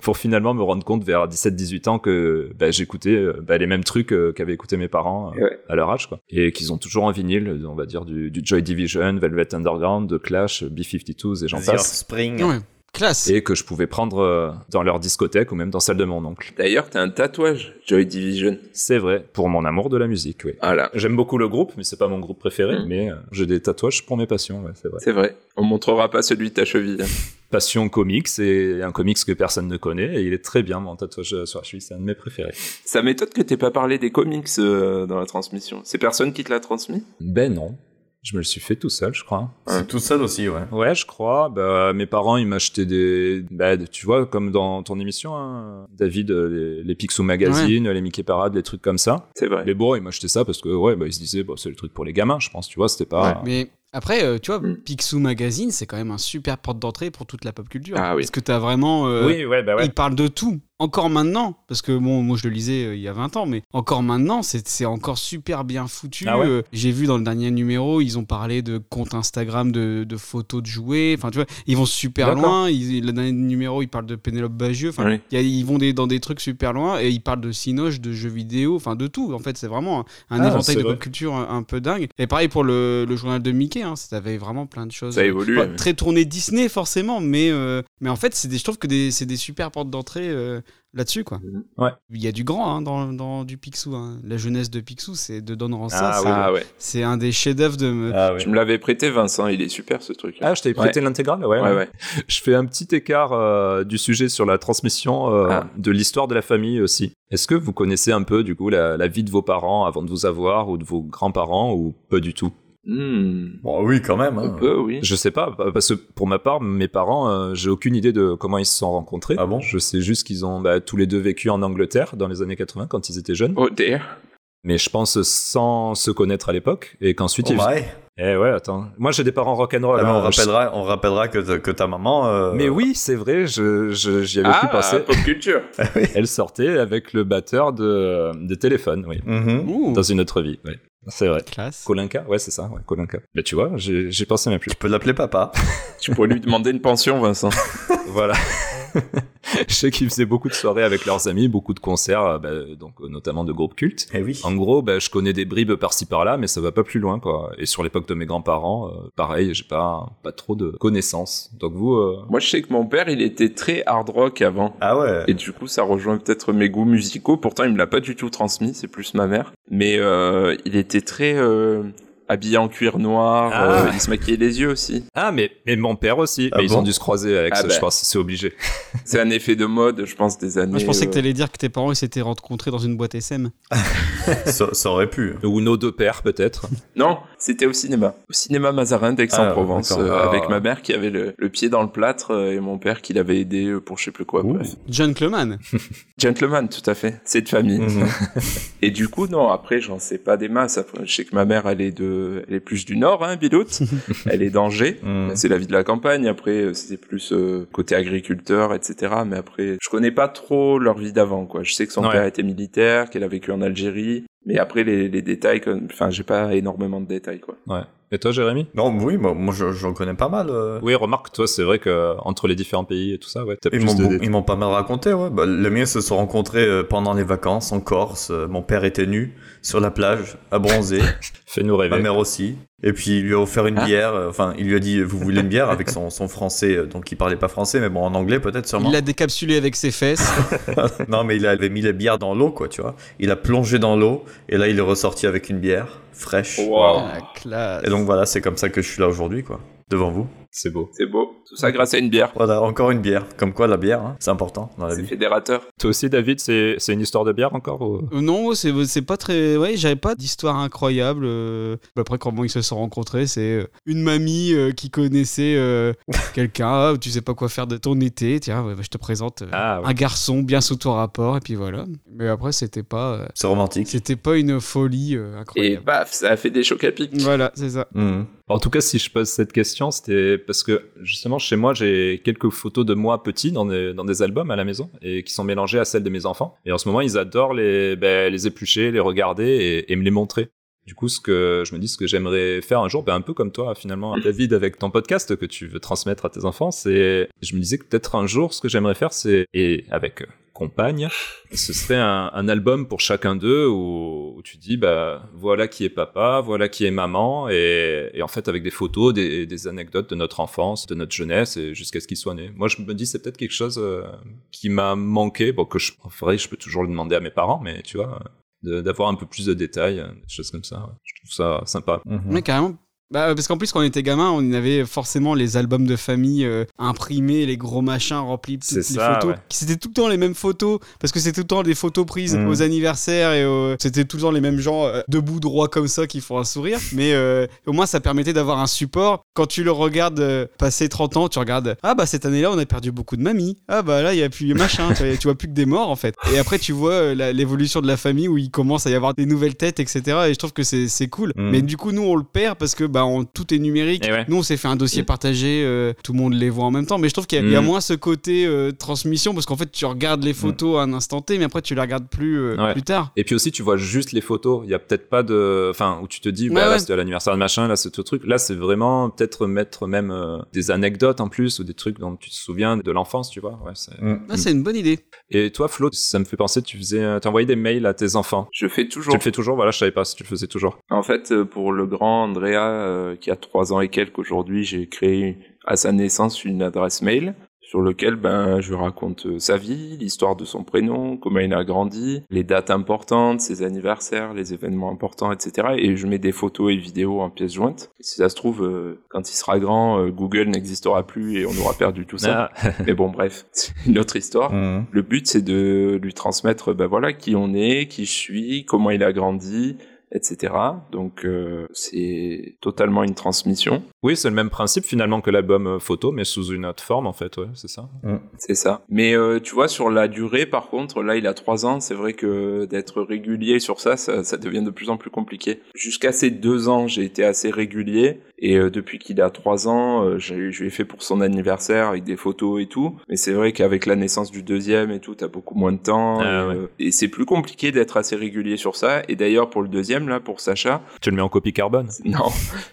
Pour finalement me rendre compte vers 17-18 ans que bah, j'écoutais euh, bah, les mêmes trucs euh, qu'avaient écouté mes parents euh, Ouais. à leur âge, quoi. Et qu'ils ont toujours en vinyle, on va dire du, du Joy Division, Velvet Underground, The Clash, B-52s et j'en The passe. Offspring. Ouais. Classe. Mm. Et que je pouvais prendre euh, dans leur discothèque ou même dans celle de mon oncle. D'ailleurs, t'as un tatouage, Joy Division. Ah C'est vrai, pour mon amour de la musique, oui. Voilà. J'aime beaucoup le groupe, mais c'est pas mon groupe préféré, Mm. mais euh, j'ai des tatouages pour mes passions, ouais, c'est vrai. C'est vrai. On montrera pas celui de ta cheville. hein. Passion comics, c'est un comics que personne ne connaît, et il est très bien, mon tatouage sur la cheville, c'est un de mes préférés. [laughs] Ça m'étonne que t'aies pas parlé des comics euh, dans la transmission. C'est personne qui te l'a transmis Ben non. Je me le suis fait tout seul, je crois. C'est tout seul aussi, ouais. Ouais, je crois. Bah, mes parents, ils m'achetaient des... Bah, de- tu vois, comme dans ton émission, hein, David, euh, les, les Picsou Magazine, les Mickey Parade, les trucs comme ça. C'est vrai. Les bourreaux, ils m'achetaient ça parce que, ouais, bah, ils se disaient, bah, c'est le truc pour les gamins, je pense, tu vois, c'était pas... Mais après, euh, tu vois, Mm. Picsou Magazine, c'est quand même un super porte d'entrée pour toute la pop culture. Ah oui. Parce que t'as vraiment. euh, Oui, ouais, bah ouais. Il parle de tout, encore maintenant, parce que bon, moi je le lisais euh, il y a 20 ans, mais encore maintenant, c'est c'est encore super bien foutu. Ah ouais Euh, J'ai vu dans le dernier numéro, ils ont parlé de compte Instagram, de, de photos de jouets, enfin tu vois, ils vont super D'accord. loin. Ils- le dernier numéro, ils parlent de Pénélope Bagieux, enfin Oui. il y a- ils vont des- dans des trucs super loin et ils parlent de Cinoche, de jeux vidéo, enfin de tout. En fait, c'est vraiment un Ah, éventail c'est de vrai. pop culture un, un peu dingue. Et pareil pour le, le journal de Mickey, hein, ça avait vraiment plein de choses. Ça évolue. hein. Pas très tourné Disney forcément, mais, euh, mais en fait, c'est des, je trouve que des- c'est des super portes d'entrée euh, là-dessus. quoi. Mhm. Ouais. Il y a du grand hein, dans, dans du Picsou. hein. La jeunesse de Picsou, c'est de Don Ransa. Ah c'est- oui, Ah ouais. C'est un des chefs-d'œuvre de. me- Ah Tu me l'avais prêté, Vincent. Il est super ce truc. Ah, je t'avais prêté l'intégrale, ouais. ouais, ouais. Je fais un petit écart euh, du sujet sur la transmission euh, Ah. de l'histoire de la famille aussi. Est-ce que vous connaissez un peu du coup la, la vie de vos parents avant de vous avoir ou de vos grands-parents ou pas du tout Hmm. Bon, oui, quand même. Un hein. peu, oui. Je sais pas parce que pour ma part, mes parents, euh, j'ai aucune idée de comment ils se sont rencontrés. Ah bon Je sais juste qu'ils ont bah, tous les deux vécu en Angleterre dans les années 80 quand ils étaient jeunes, Oh dear. mais je pense sans se connaître à l'époque et qu'ensuite ils Oh my. Eh ouais, attends. Moi j'ai des parents rock'n'roll. Ah, mais hein. on, rappellera, on rappellera que, ta- que ta maman. euh, Mais oui, c'est vrai, je, je- j'y avais Ah, plus pensé. pop culture. Elle sortait avec le batteur de, des téléphones, oui. mhm. Ouh, Dans une autre vie, oui. C'est vrai. classe. Kolinka, ouais, c'est ça, ouais, Kolinka. Bah, tu vois, j'ai j'ai pensé même [laughs] plus. Tu peux l'appeler papa. tu pourrais lui demander une pension, Vincent. voilà. [laughs] Je sais qu'ils faisaient beaucoup de soirées avec leurs amis, beaucoup de concerts, euh, bah, donc euh, notamment de groupes cultes. Eh oui. En gros, bah, je connais des bribes par-ci par-là, mais ça va pas plus loin, quoi. Et sur l'époque de mes grands-parents, euh, pareil, j'ai pas, pas trop de connaissances. Donc vous, euh, Moi, je sais que mon père, il était très hard rock avant. Ah ouais. Et du coup, ça rejoint peut-être mes goûts musicaux. Pourtant, il me l'a pas du tout transmis, c'est plus ma mère. Mais euh, il était très euh, habillé en cuir noir. Ah. euh, il se maquillait les yeux aussi. Ah, mais, mais mon père aussi. Ah mais ils bon ont dû se croiser avec Ah ça, bah. je pense, c'est obligé. C'est un effet de mode, je pense, des années. Moi, je pensais que euh, t'allais dire que tes parents ils s'étaient rencontrés dans une boîte SM. ça, ça aurait pu. Ou nos deux pères, peut-être. Non, c'était au cinéma. Au cinéma Mazarin d'Aix-en-Provence, Ah, d'accord. euh, Ah. avec ma mère qui avait le, le pied dans le plâtre euh, et mon père qui l'avait aidé euh, pour je sais plus quoi. Ouh. bref. Gentleman. Gentleman, tout à fait. C'est de famille. Mhm. Et du coup, non, après, j'en sais pas des masses. Après, je sais que ma mère, elle est de, elle est plus du nord, hein, Biloute. elle est d'Angers. Mhm. C'est la vie de la campagne. Après, euh, c'était plus euh, côté agriculteur, etc. Mais après, je connais pas trop leur vie d'avant, quoi. Je sais que son Ouais. père était militaire, qu'elle a vécu en Algérie. Mais après, les, les détails, comme- enfin, j'ai pas énormément de détails, quoi. Ouais. Et toi, Jérémy Non, mais oui, moi, moi, je- j'en connais pas mal. euh. Oui, remarque, toi, c'est vrai que entre les différents pays et tout ça, ouais, t'as Ils plus m'ont, de beau- détails. ils m'ont pas mal raconté, ouais. Bah, les miens se sont rencontrés euh, pendant les vacances en Corse. Euh, Mon père était nu sur la plage, à bronzer. Fais-nous Ma rêver. mère aussi. Et puis il lui a offert une Ah. bière. euh, Enfin, il lui a dit Vous voulez une bière avec son, son français. euh, Donc il parlait pas français, mais bon, en anglais peut-être sûrement. Il l'a décapsulé avec ses fesses. non, mais il avait mis la bière dans l'eau, quoi, tu vois. Il a plongé dans l'eau. Et là, il est ressorti avec une bière fraîche. Wow. Oh. Ah, classe. Et donc voilà, c'est comme ça que je suis là aujourd'hui, quoi. Devant vous. C'est beau. C'est beau. Tout ça grâce à une bière. Voilà, encore une bière. Comme quoi, la bière, hein, c'est important dans la C'est vie. fédérateur. Toi aussi, David, c'est c'est une histoire de bière encore ou- Euh, Non, moi, c'est c'est pas très. Ouais, j'avais pas d'histoire incroyable. euh. Bah, Après, comment ils se sont rencontrés, c'est euh, une mamie euh, qui connaissait [laughs] euh, quelqu'un. Ah, Tu sais pas quoi faire de ton été. Tiens, ouais, bah, je te présente euh, Ah, ouais. un garçon bien sous ton rapport. Et puis voilà. Mais après, c'était pas. euh, C'est romantique. C'était pas une folie euh, Et incroyable. paf, ça a fait des chocs à pic. Voilà, c'est ça. Mhm. En tout cas, si je pose cette question, c'était parce que justement chez moi, j'ai quelques photos de moi petit dans des, dans des albums à la maison et qui sont mélangées à celles de mes enfants. Et en ce moment, ils adorent les, ben, les éplucher, les regarder et, et me les montrer. Du coup, ce que je me dis, ce que j'aimerais faire un jour, ben, un peu comme toi finalement, David, avec ton podcast que tu veux transmettre à tes enfants, c'est, je me disais que peut-être un jour, ce que j'aimerais faire, c'est, et avec euh, compagne, ce serait un, un album pour chacun d'eux où, où tu dis bah voilà qui est papa, voilà qui est maman et, et en fait avec des photos, des, des anecdotes de notre enfance, de notre jeunesse et jusqu'à ce qu'ils soient nés. Moi je me dis c'est peut-être quelque chose euh, qui m'a manqué, bon que je en vrai, je peux toujours le demander à mes parents, mais tu vois de- d'avoir un peu plus de détails, euh, des choses comme ça. ouais. Je trouve ça sympa. Mhm. Ouais, carrément. Bah, parce qu'en plus, quand on était gamin, on avait forcément les albums de famille euh, imprimés, les gros machins remplis de toutes C'est les ça, photos. ouais. C'était tout le temps les mêmes photos, parce que c'était tout le temps des photos prises Mhm. aux anniversaires et aux- c'était tout le temps les mêmes gens euh, debout droit comme ça qui font un sourire. Mais euh, au moins, ça permettait d'avoir un support. Quand tu le regardes euh, passer 30 ans, tu regardes Ah bah cette année-là, on a perdu beaucoup de mamies. Ah bah là, il y a plus machin. tu, vois, tu vois plus que des morts en fait. Et après, tu vois euh, la- l'évolution de la famille où il commence à y avoir des nouvelles têtes, etc. Et je trouve que c'est c'est cool. Mhm. Mais du coup, nous, on le perd parce que bah, on- tout est numérique. Et Eh ouais. Nous, on s'est fait un dossier partagé, euh, tout le monde les voit en même temps. Mais je trouve qu'il y, a- il y a Mm. moins ce côté euh, transmission parce qu'en fait, tu regardes les photos à un instant T, mais après, tu les regardes plus euh, Ouais. plus tard. Et puis aussi, tu vois juste les photos. Il y a peut-être pas de, enfin, où tu te dis, bah, Ouais, ouais. là c'était à l'anniversaire de machin, là c'est tout truc. Là, c'est vraiment peut-être mettre même euh, des anecdotes en plus ou des trucs dont tu te souviens de l'enfance, tu vois. Ouais, c'est- Mhm. Là, c'est une bonne idée. Et toi, Flo, ça me fait penser, tu faisais, euh, t'envoyais des mails à tes enfants. Je fais toujours. Tu le fais toujours, voilà, je savais pas si tu le faisais toujours. En fait, euh, pour le grand Andrea, euh, qui a trois ans et quelques aujourd'hui, j'ai créé à sa naissance une adresse mail sur laquelle ben, je raconte euh, sa vie, l'histoire de son prénom, comment il a grandi, les dates importantes, ses anniversaires, les événements importants, etc. Et je mets des photos et vidéos en pièces jointes. Et si ça se trouve, euh, quand il sera grand, euh, Google n'existera plus et on aura perdu tout ça. Ah, Mais bon, bref, [laughs] c'est une autre histoire. Mhm. Le but, c'est de lui transmettre, ben voilà, qui on est, qui je suis, comment il a grandi, etc. Donc, euh, c'est totalement une transmission. oui, c'est le même principe finalement que l'album euh, photo, mais sous une autre forme en fait, ouais, c'est ça. C'est ça. Mais euh, tu vois, sur la durée, par contre, là, il a trois ans. C'est vrai que d'être régulier sur ça, ça, ça devient de plus en plus compliqué. Jusqu'à ses deux ans, j'ai été assez régulier. Et euh, depuis qu'il a trois ans, euh, j'ai- je lui ai fait pour son anniversaire avec des photos et tout. Mais c'est vrai qu'avec la naissance du deuxième et tout, t'as beaucoup moins de temps. Ah et, ouais. euh, et c'est plus compliqué d'être assez régulier sur ça. Et d'ailleurs, pour le deuxième, là, pour Sacha, Tu le mets en copie carbone. [laughs] non,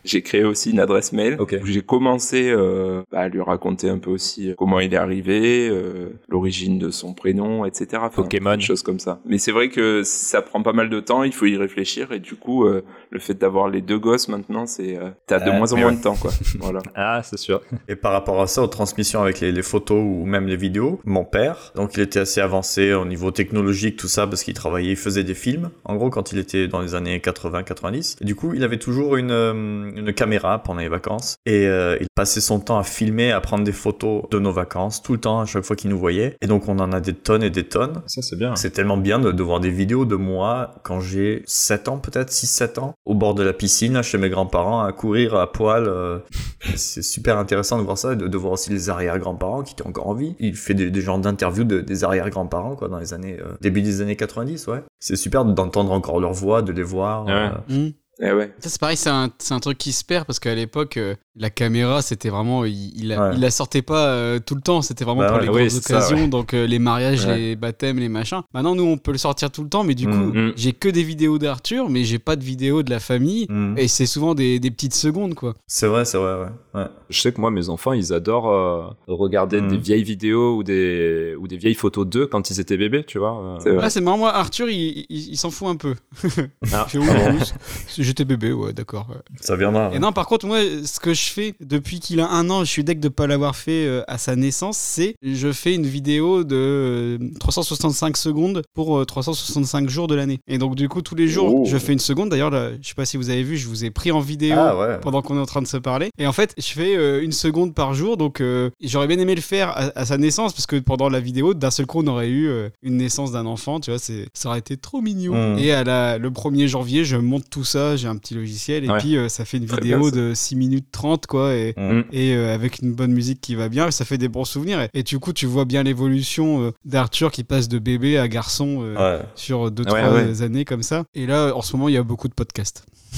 j'ai créé aussi une adresse mail Ok. où j'ai commencé euh, bah, à lui raconter un peu aussi euh, comment il est arrivé, euh, l'origine de son prénom, etc. Enfin, Pokémon. Des choses comme ça. Mais c'est vrai que ça prend pas mal de temps, il faut y réfléchir et du coup, euh, le fait d'avoir les deux gosses maintenant, c'est euh, t'as de Ah, moins en mais moins ouais. de [laughs] temps, quoi. voilà. Ah, c'est sûr. Et par rapport à ça, aux transmissions avec les, les photos ou même les vidéos, mon père, donc il était assez avancé au niveau technologique, tout ça, parce qu'il travaillait, il faisait des films, en gros, quand il était dans les années 80-90. Et du coup, il avait toujours une, euh, une caméra pendant les vacances, et euh, il passait son temps à filmer, à prendre des photos de nos vacances, tout le temps, à chaque fois qu'il nous voyait. Et donc, on en a des tonnes et des tonnes. Ça, c'est bien. C'est tellement bien de, de voir des vidéos de moi quand j'ai 7 ans, peut-être 6-7 ans, au bord de la piscine, là, chez mes grands-parents, à courir à poil. euh, [laughs] c'est super intéressant de voir ça, et de, de voir aussi les arrière-grands-parents qui étaient encore en vie. Il fait des, des genres d'interviews de- des arrière-grands-parents, quoi, dans les années, euh, début des années 90, ouais. C'est super d'entendre encore leur voix, de les voir. Ouais. euh, Mhm. Eh ouais. Ça, c'est pareil, c'est un, c'est un truc qui se perd parce qu'à l'époque, euh, la caméra, c'était vraiment. Il, il la, Ouais. il la sortait pas euh, tout le temps, c'était vraiment Bah pour ouais. les Oui, grandes c'est ça, occasions, donc euh, les mariages, Ouais. les baptêmes, les machins. Maintenant, nous, on peut le sortir tout le temps, mais du Mhm. coup, Mhm. j'ai que des vidéos d'Arthur, mais j'ai pas de vidéos de la famille. hmm. Et c'est souvent des, des petites secondes, quoi. C'est vrai, c'est vrai, ouais. ouais. Je sais que moi, mes enfants, ils adorent euh, regarder Mhm. des vieilles vidéos ou des, ou des vieilles photos d'eux quand ils étaient bébés, tu vois. euh. C'est vrai. Ah, c'est marrant, moi, Arthur, il, il- il s'en fout un peu. [laughs] Ah. Il fait, oui, oui, c'est- J'étais bébé, ouais, d'accord. ouais. Ça viendra. Et non, par contre, moi, ce que je fais depuis qu'il a un an, je suis deg de pas l'avoir fait euh, à sa naissance, c'est je fais une vidéo de euh, 365 secondes pour euh, 365 jours de l'année. Et donc, du coup, tous les jours, Oh. je fais une seconde. D'ailleurs, là, je sais pas si vous avez vu, je vous ai pris en vidéo. Ah ouais. pendant qu'on est en train de se parler. Et en fait, je fais euh, une seconde par jour, donc euh, j'aurais bien aimé le faire à, à sa naissance, parce que pendant la vidéo, d'un seul coup, on aurait eu euh, une naissance d'un enfant, tu vois, c'est, ça aurait été trop mignon. Hmm. Mm. Et à la, le 1er janvier, je monte tout ça, j'ai un petit logiciel, et Ouais. puis euh, ça fait une Très vidéo bien, ça. Hmm. de 6 minutes 30, quoi, et, Mm. et euh, avec une bonne musique qui va bien, ça fait des bons souvenirs. Et, et du coup, tu vois bien l'évolution euh, d'Arthur qui passe de bébé à garçon. euh, Ouais. Sur deux, Ouais, trois ouais. euh, années comme ça. Et là, en ce moment, il y a beaucoup de podcasts. [laughs]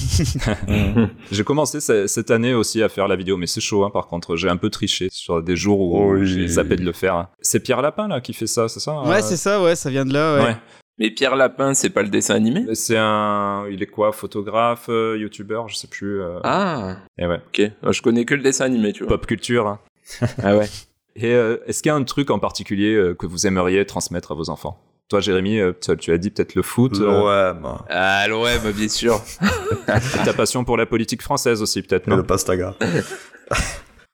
Mm. J'ai commencé ce- cette année aussi à faire la vidéo, mais c'est chaud hein, par contre. J'ai un peu triché sur des jours où Oui. j'ai zappé de le faire. hein. C'est Pierre Lapin là qui fait ça, c'est ça Ouais, euh, c'est ça, ouais, ça vient de là, ouais. Ouais. Mais Pierre Lapin, c'est pas le dessin animé C'est un. Il est quoi Photographe, euh, youtubeur, je sais plus. euh, Ah, Et ouais. ok. Je connais que le dessin animé, tu vois. Pop culture. hein. Ah ouais. Et euh, est-ce qu'il y a un truc en particulier euh, que vous aimeriez transmettre à vos enfants Toi, Jérémy, euh, tu tu as dit peut-être le foot, euh, L'OM. Ah, l'OM, bien sûr. et ta passion pour la politique française aussi, peut-être, Et non le [laughs] pastaga.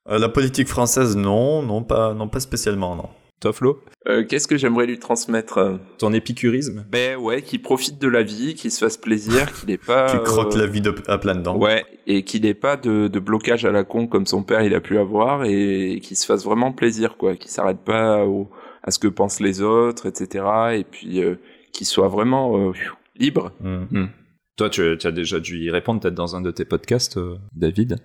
Euh, la politique française, non, non pas, non pas spécialement, non. Toi, Flo Euh, Qu'est-ce que j'aimerais lui transmettre euh, Ton épicurisme Ben ouais, qu'il profite de la vie, qu'il se fasse plaisir, qu'il n'ait pas... [laughs] Qui croque euh, la vie hein. de, à plein dedans. Ouais, et qu'il n'ait pas de, de blocage à la con comme son père il a pu avoir, et qu'il se fasse vraiment plaisir, quoi. Qu'il s'arrête pas au- à ce que pensent les autres, etc. Et puis euh, qu'il soit vraiment euh, pfiou, libre. Mm. Toi, tu, tu as déjà dû y répondre, peut-être dans un de tes podcasts, euh, David.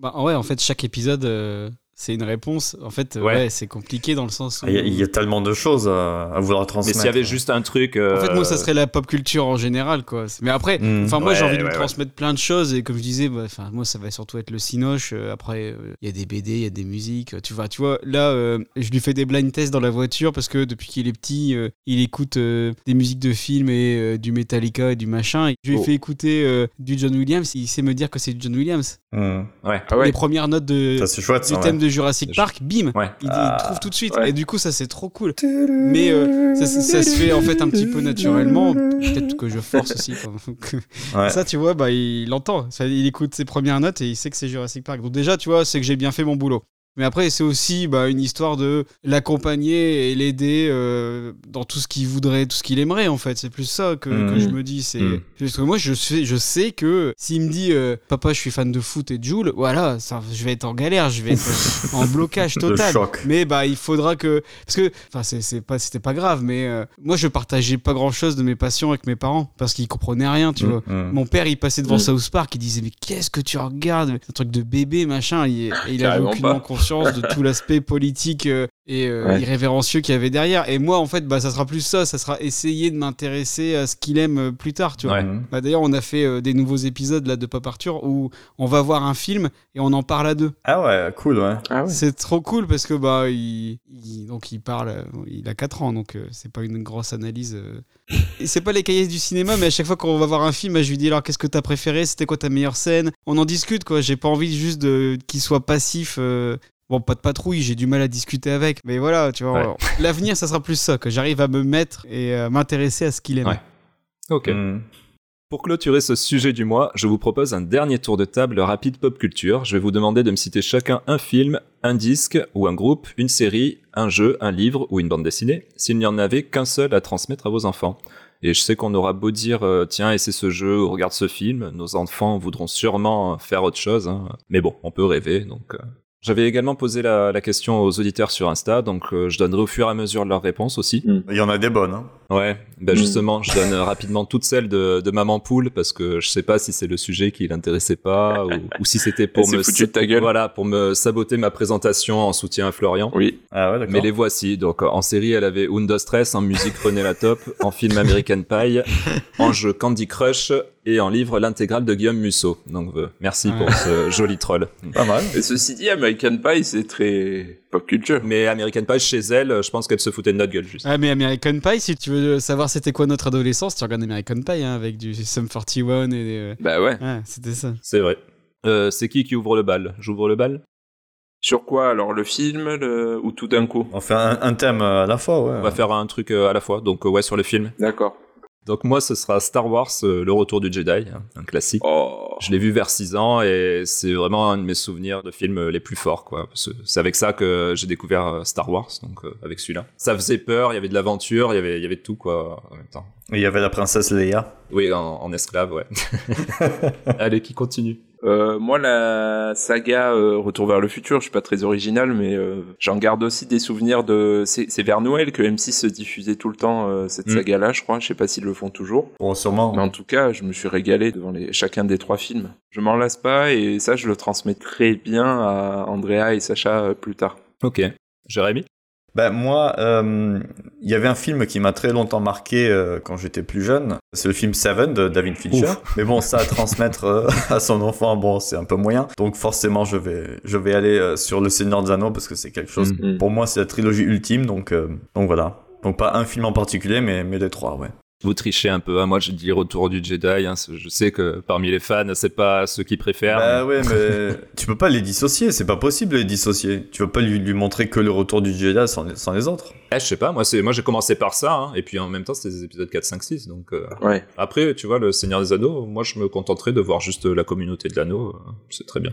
Bah ouais, en fait, chaque épisode, euh, c'est une réponse. En fait, euh, ouais, Ouais. c'est compliqué dans le sens où... Il Ah, y, a- il y a tellement de choses à, à vouloir Mais transmettre. s'il y avait juste un truc. En fait, moi, ça euh, serait la pop culture en général, quoi. C'est- Mais après, Mm. enfin, moi, j'ai Ouais, envie de ouais, lui ouais. transmettre plein de choses. Et comme je disais, bah, enfin, moi, ça va surtout être le cinoche. Euh, après, euh, il y a des BD, il y a des musiques. euh, Tu vois, tu vois là, euh, je lui fais des blind tests dans la voiture parce que depuis qu'il est petit, euh, il écoute euh, des musiques de films et euh, du Metallica et du machin. Et je lui ai Oh. fait écouter euh, du John Williams. Il sait me dire que c'est du John Williams. Mm. Ouais. Ah ouais. Les premières notes de, Ça, c'est chouette, du ça, thème ouais. de Jurassic Je- Park, bim, Ouais. il, il Ah, trouve tout de suite. ouais. Et du coup, ça c'est trop cool. Mais euh, ça, se- ça se fait en fait un petit peu naturellement. Peut-être que je force aussi. enfin, que- Ouais. Ça, tu vois, bah, il l'entend. Ça, Il écoute ses premières notes et il sait que c'est Jurassic Park. Donc déjà, tu vois, c'est que j'ai bien fait mon boulot. Mais après, c'est aussi bah, une histoire de l'accompagner et l'aider euh, dans tout ce qu'il voudrait, tout ce qu'il aimerait, en fait. C'est plus ça que, que Mhm. je me dis. C'est Mhm. parce que moi, je sais, je sais que s'il me dit euh, Papa, je suis fan de foot et de Joule, voilà, ça, je vais être en galère, je vais [laughs] être en blocage total. Le choc. Mais bah il faudra que parce que enfin c'est- c'est pas c'était pas grave mais euh, moi je partageais pas grand chose de mes passions avec mes parents parce qu'ils comprenaient rien tu vois. Mm. Mon père il passait devant Mm. South Park il disait mais qu'est-ce que tu regardes C'est un truc de bébé machin il, et il avait Carrément aucunement pas. conscience de tout l'aspect politique euh, et euh, Ouais. irrévérencieux qu'il y avait derrière et moi en fait bah ça sera plus ça ça sera essayer de m'intéresser à ce qu'il aime euh, plus tard tu vois. Ouais. Mm. Bah, D'ailleurs, on a fait euh, des nouveaux épisodes là de Pop Arthur où on va voir un film et on en parle à deux. Ah ouais, cool, ouais. Ah C'est trop cool parce que bah il, il- donc il parle, euh, il a 4 ans donc euh, c'est pas une grosse analyse. euh. Et C'est pas les cahiers du cinéma mais à chaque fois qu'on va voir un film, bah, je lui dis alors qu'est-ce que t'as préféré, c'était quoi ta meilleure scène, on en discute quoi. J'ai pas envie juste de qu'il soit passif. euh, Bon, pas de patrouille, j'ai du mal à discuter avec, mais voilà, tu vois, Ouais. on- l'avenir, ça sera plus ça, que j'arrive à me mettre et à m'intéresser à ce qu'il aime. Ouais. Ok. Mm. Pour clôturer ce sujet du mois, je vous propose un dernier tour de table rapide pop culture. Je vais vous demander de me citer chacun un film, un disque ou un groupe, une série, un jeu, un livre ou une bande dessinée, s'il n'y en avait qu'un seul à transmettre à vos enfants. Et je sais qu'on aura beau dire euh, tiens, essaie ce jeu ou regarde ce film, nos enfants voudront sûrement faire autre chose. hein. Mais bon, on peut rêver, donc. euh. J'avais également posé la, la question aux auditeurs sur Insta, donc euh, je donnerai au fur et à mesure leurs réponses aussi. Il y en a des bonnes, hein. Ouais, bah Mm. justement, je donne euh, rapidement toutes celles de, de Maman Poule parce que je sais pas si c'est le sujet qui l'intéressait pas ou, ou si c'était pour C'est me foutu de ta gueule. voilà pour me saboter ma présentation en soutien à Florian. Oui. Ah ouais, d'accord. Mais les voici. Donc euh, en série, elle avait Undo Stress, en musique René la Top, en film American Pie, en jeu Candy Crush et en livre l'intégrale de Guillaume Musso. Donc euh, merci Ouais. pour ce joli troll. Pas mal. Et ceci dit, American Pie, c'est très pop culture. Mais American Pie chez elle, euh, je pense qu'elle se foutait de notre gueule juste. Ah mais American Pie, si tu veux savoir c'était quoi notre adolescence, tu regardes American Pie hein, avec du Sum 41 et des, euh, Bah ouais. Ouais, c'était ça. C'est vrai. Euh, c'est qui qui ouvre le bal J'ouvre le bal Sur quoi alors Le film le- ou tout d'un coup On fait un, un thème à la fois, ouais. On va faire un truc euh, à la fois. Donc euh, ouais sur le film. D'accord. Donc moi, ce sera Star Wars, euh, Le Retour du Jedi, hein, un classique. Oh. Je l'ai vu vers 6 ans et c'est vraiment un de mes souvenirs de films euh, les plus forts, quoi. Parce que C'est avec ça que j'ai découvert euh, Star Wars, donc euh, avec celui-là. Ça faisait peur, il y avait de l'aventure, il y avait, il y avait tout, quoi, en même temps. Et Il y avait la princesse Leia. Oui, en, en esclave, ouais. [laughs] Allez, qui continue Euh, moi, la saga euh, Retour vers le futur, je suis pas très original, mais euh, j'en garde aussi des souvenirs de. C'est c'est vers Noël que M6 se diffusait tout le temps euh, cette Mm. saga-là, je crois. Je sais pas s'ils le font toujours. Bon, sûrement. Mais en tout cas, je me suis régalé devant les... chacun des trois films. Je m'en lasse pas et ça, je le transmets très bien à Andrea et Sacha euh, plus tard. Ok. Jérémy Ben moi, euh, il y avait un film qui m'a très longtemps marqué euh, quand j'étais plus jeune. C'est le film Seven de David Fincher. Mais bon, ça à transmettre euh, [laughs] à son enfant, bon, c'est un peu moyen. Donc forcément, je vais, je vais aller euh, sur Le Seigneur des Anneaux parce que c'est quelque chose. Mm. Mm. Pour moi, c'est la trilogie ultime. Donc, euh, donc voilà. Donc pas un film en particulier, mais, mais les trois, ouais. Vous trichez un peu, hein. moi je dis Retour du Jedi, hein. C'est- je sais que parmi les fans, c'est pas ceux qui préfèrent. Bah ouais, mais [laughs] tu peux pas les dissocier. C'est pas possible de les dissocier. Tu peux pas lui, lui montrer que le retour du Jedi sans, sans les autres. Eh, je sais pas, moi, c'est, moi j'ai commencé par ça, hein, et puis en même temps c'était des épisodes 4, 5, 6, donc... euh, Ouais. Après, tu vois, le Seigneur des Anneaux, moi je me contenterai de voir juste euh, la communauté de l'anneau, euh, c'est très bien.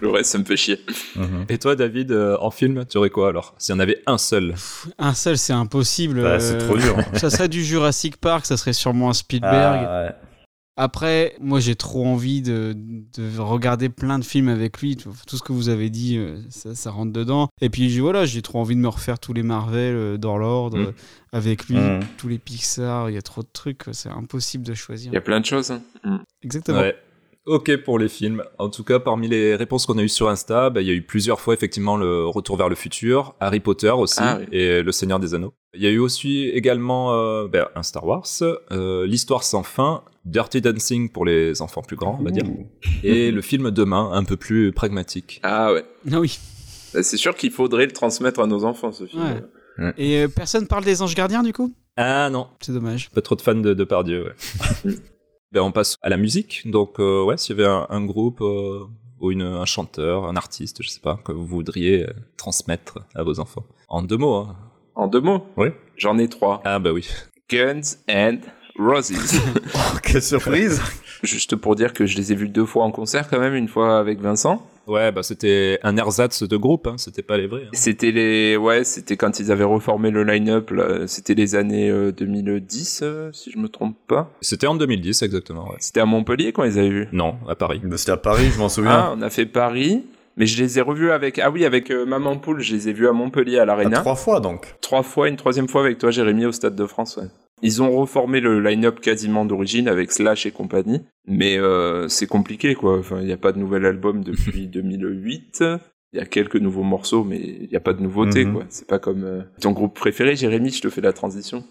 Le reste, ça me fait chier. [laughs] Et toi David, euh, en film, tu aurais quoi alors S'il y en avait un [laughs] seul Un seul, c'est impossible. Bah, c'est euh, trop dur. Ça serait du Jurassic Park, ça serait sûrement un Spielberg. Ah, ouais. Après, moi j'ai trop envie de, de regarder plein de films avec lui. Tout, tout ce que vous avez dit, euh, ça, ça rentre dedans. Et puis j'ai- voilà, j'ai trop envie de me refaire tous les Marvel euh, dans l'ordre Mm. euh, avec lui, Mm. tous les Pixar. Il y a trop de trucs, quoi, c'est impossible de choisir. Il y a plein de choses. hein. Mm. Exactement. Ouais. Ok pour les films. En tout cas, parmi les réponses qu'on a eues sur Insta, bah, il y a eu plusieurs fois effectivement le Retour vers le futur, Harry Potter aussi Ah oui. et Le Seigneur des Anneaux. Il y a eu aussi également euh, bah, un Star Wars, euh, l'histoire sans fin, Dirty Dancing pour les enfants plus grands, on va dire, et le film Demain, un peu plus pragmatique. Ah ouais. Ah oui. Bah, C'est sûr qu'il faudrait le transmettre à nos enfants, ce film. Ouais. Et euh, personne parle des anges gardiens du coup Ah non, C'est dommage. Pas trop de fans de Depardieu, ouais. ben, on passe à la musique. Donc, euh, ouais, s'il y avait un, un groupe euh, ou une, un chanteur, un artiste, je sais pas, que vous voudriez euh, transmettre à vos enfants. En deux mots, hein. En deux mots Oui. J'en ai trois. Ah, bah oui. Guns and Roses. [laughs] Oh, quelle surprise Juste pour dire que je les ai vus deux fois en concert quand même, une fois avec Vincent. Ouais, bah c'était un ersatz de groupe, hein, c'était pas les vrais. hein. C'était les ouais, c'était quand ils avaient reformé le line-up, là. c'était les années euh, 2010 euh, si je me trompe pas. C'était en 2010, exactement, ouais. C'était à Montpellier quand ils avaient vu. Non, à Paris. Bah, C'était à Paris, je m'en Ah, souviens. on a fait Paris, mais je les ai revus avec ah oui, avec euh, Maman Poule, je les ai vus à Montpellier à À l'Arena. trois fois donc. [laughs] Trois fois, une troisième fois avec toi Jérémy au stade de France. ouais. Ils ont reformé le line-up quasiment d'origine avec Slash et compagnie, mais euh, c'est compliqué quoi. Enfin, il n'y a pas de nouvel [laughs] album depuis 2008. Il y a quelques nouveaux morceaux, mais il n'y a pas de nouveauté Mhm. quoi. C'est pas comme euh, ton groupe préféré, Jérémy. Je te fais la transition.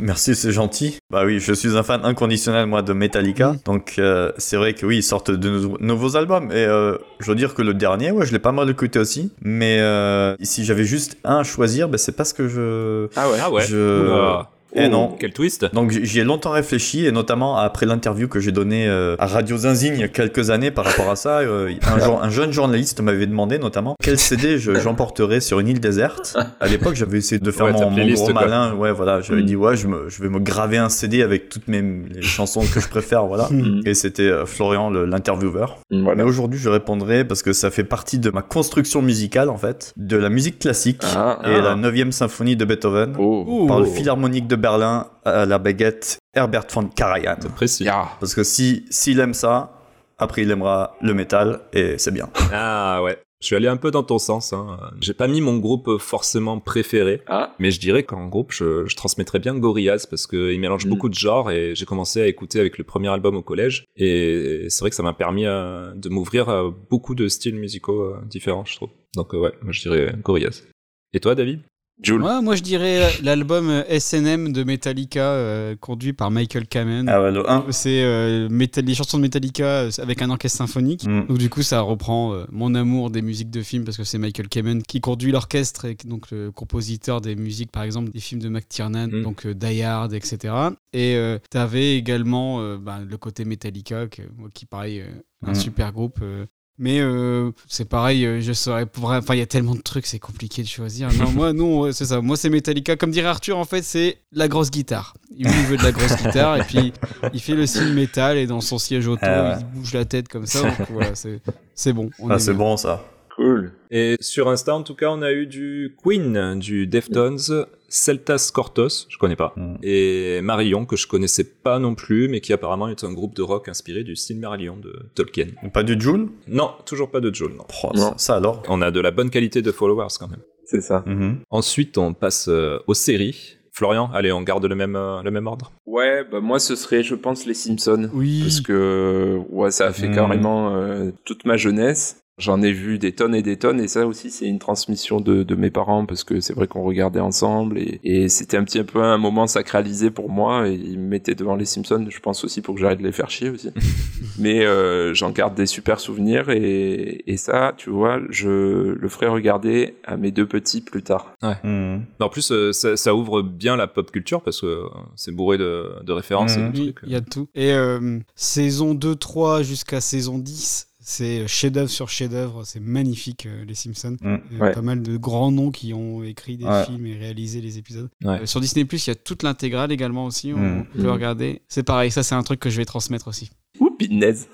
Merci, c'est gentil. Bah oui, je suis un fan inconditionnel moi de Metallica. Mm. Donc euh, c'est vrai que oui, ils sortent de nou- nouveaux albums et euh, je veux dire que le dernier, ouais, je l'ai pas mal écouté aussi. Mais euh, si j'avais juste un à choisir, bah, c'est pas ce que je. Ah ouais. Ah ouais. Je- Oula. Oh, Eh non. Quel twist Donc j- j'y ai longtemps réfléchi et notamment après l'interview que j'ai donnée euh, à Radio Zinzine il y a quelques années par rapport à ça, euh, un, jour- un jeune journaliste m'avait demandé notamment quel [laughs] CD je- j'emporterais sur une île déserte. À l'époque j'avais essayé de faire Ouais, ta mon, mon playlist, gros quoi. malin, ouais voilà, j'avais Mm. dit ouais je, me- je vais me graver un CD avec toutes mes les chansons que je préfère, [laughs] voilà. Mm. Et c'était euh, Florian le- l'intervieweur. Mais Mhm. Voilà. aujourd'hui je répondrai parce que ça fait partie de ma construction musicale en fait, de la musique classique Ah, et ah. la 9 symphonie de Beethoven Oh. Ouh. par le Philharmonique de Berlin à la baguette Herbert von Karajan. C'est précis. Ya. Parce que si s'il aime ça, après il aimera le métal et c'est Hmm. bien. Ah ouais. Je suis allé un peu dans ton sens. Hein. J'ai pas mis mon groupe forcément préféré. Ah. Mais je dirais qu'en groupe, je, je transmettrais bien Gorillaz parce qu'il mélange Mm. beaucoup de genres et j'ai commencé à écouter avec le premier album au collège. Et c'est vrai que ça m'a permis euh, de m'ouvrir à beaucoup de styles musicaux euh, différents, je trouve. Donc euh, ouais, moi je dirais Gorillaz. Et toi, David Jules. Ouais, moi je dirais euh, l'album euh, SNM de Metallica euh, conduit par Michael Kamen. Ah ouais, le 1. C'est euh, Metal- les chansons de Metallica euh, avec un orchestre symphonique. Hmm. Mm. Donc du coup, ça reprend euh, mon amour des musiques de films parce que c'est Michael Kamen qui conduit l'orchestre et qui- donc le compositeur des musiques, par exemple, des films de McTiernan, Mm. donc euh, Die Hard, etc. Et euh, ben, t'avais également euh, bah, le côté Metallica, que- moi, qui pareil, euh, un Mm. super groupe. euh, Mais euh, c'est pareil, euh, je saurais. pour- Enfin, il y a tellement de trucs, c'est compliqué de choisir. Non, moi, non, ouais, c'est ça. Moi, c'est Metallica. Comme dirait Arthur, en fait, c'est la grosse guitare. Il lui, il veut de la grosse guitare, et puis il fait le signe métal, et dans son siège auto, Ah ouais. il bouge la tête comme ça. Donc voilà, c'est c'est bon. on Ah, est c'est bien. bon ça. Cool. Et sur Insta, en tout cas, on a eu du Queen, du Deftones, Celtas Cortos, je connais pas, Mm. et Marion, que je connaissais pas non plus, mais qui apparemment est un groupe de rock inspiré du Silmarillion de Tolkien. Pas du Joule Non, toujours pas de Joel, non. Oh, Non. Ça, ça alors On a de la bonne qualité de followers quand même. C'est ça. Mhm. Ensuite, on passe euh, aux séries. Florian, allez, on garde le même, euh, le même ordre. Ouais, bah moi ce serait, je pense, les Simpsons. Oui. Parce que ouais, ça a fait Mm. carrément euh, toute ma jeunesse. J'en ai vu des tonnes et des tonnes, et ça aussi c'est une transmission de, de mes parents, parce que c'est vrai qu'on regardait ensemble, et, et c'était un petit peu un moment sacralisé pour moi, et ils me mettaient devant les Simpsons, je pense aussi pour que j'arrête de les faire chier aussi. Mais euh, j'en garde des super souvenirs, et, et ça, tu vois, je le ferai regarder à mes deux petits plus tard. Mhm. En plus, euh, ça, ça ouvre bien la pop culture parce que euh, c'est bourré de, de références et Mhm. de Oui, trucs. Mm. il y a de tout. Et euh, saison 2, 3 jusqu'à saison 10, c'est euh, chef-d'œuvre sur chef-d'œuvre. C'est magnifique, euh, les Simpsons. Mm. Il y a Ouais. Pas mal de grands noms qui ont écrit des Ouais. films et réalisé les épisodes. Ouais. Euh, sur Disney, il y a toute l'intégrale également aussi. On Mm. peut le regarder. C'est pareil, ça, c'est un truc que je vais transmettre aussi. Ouh, Pinez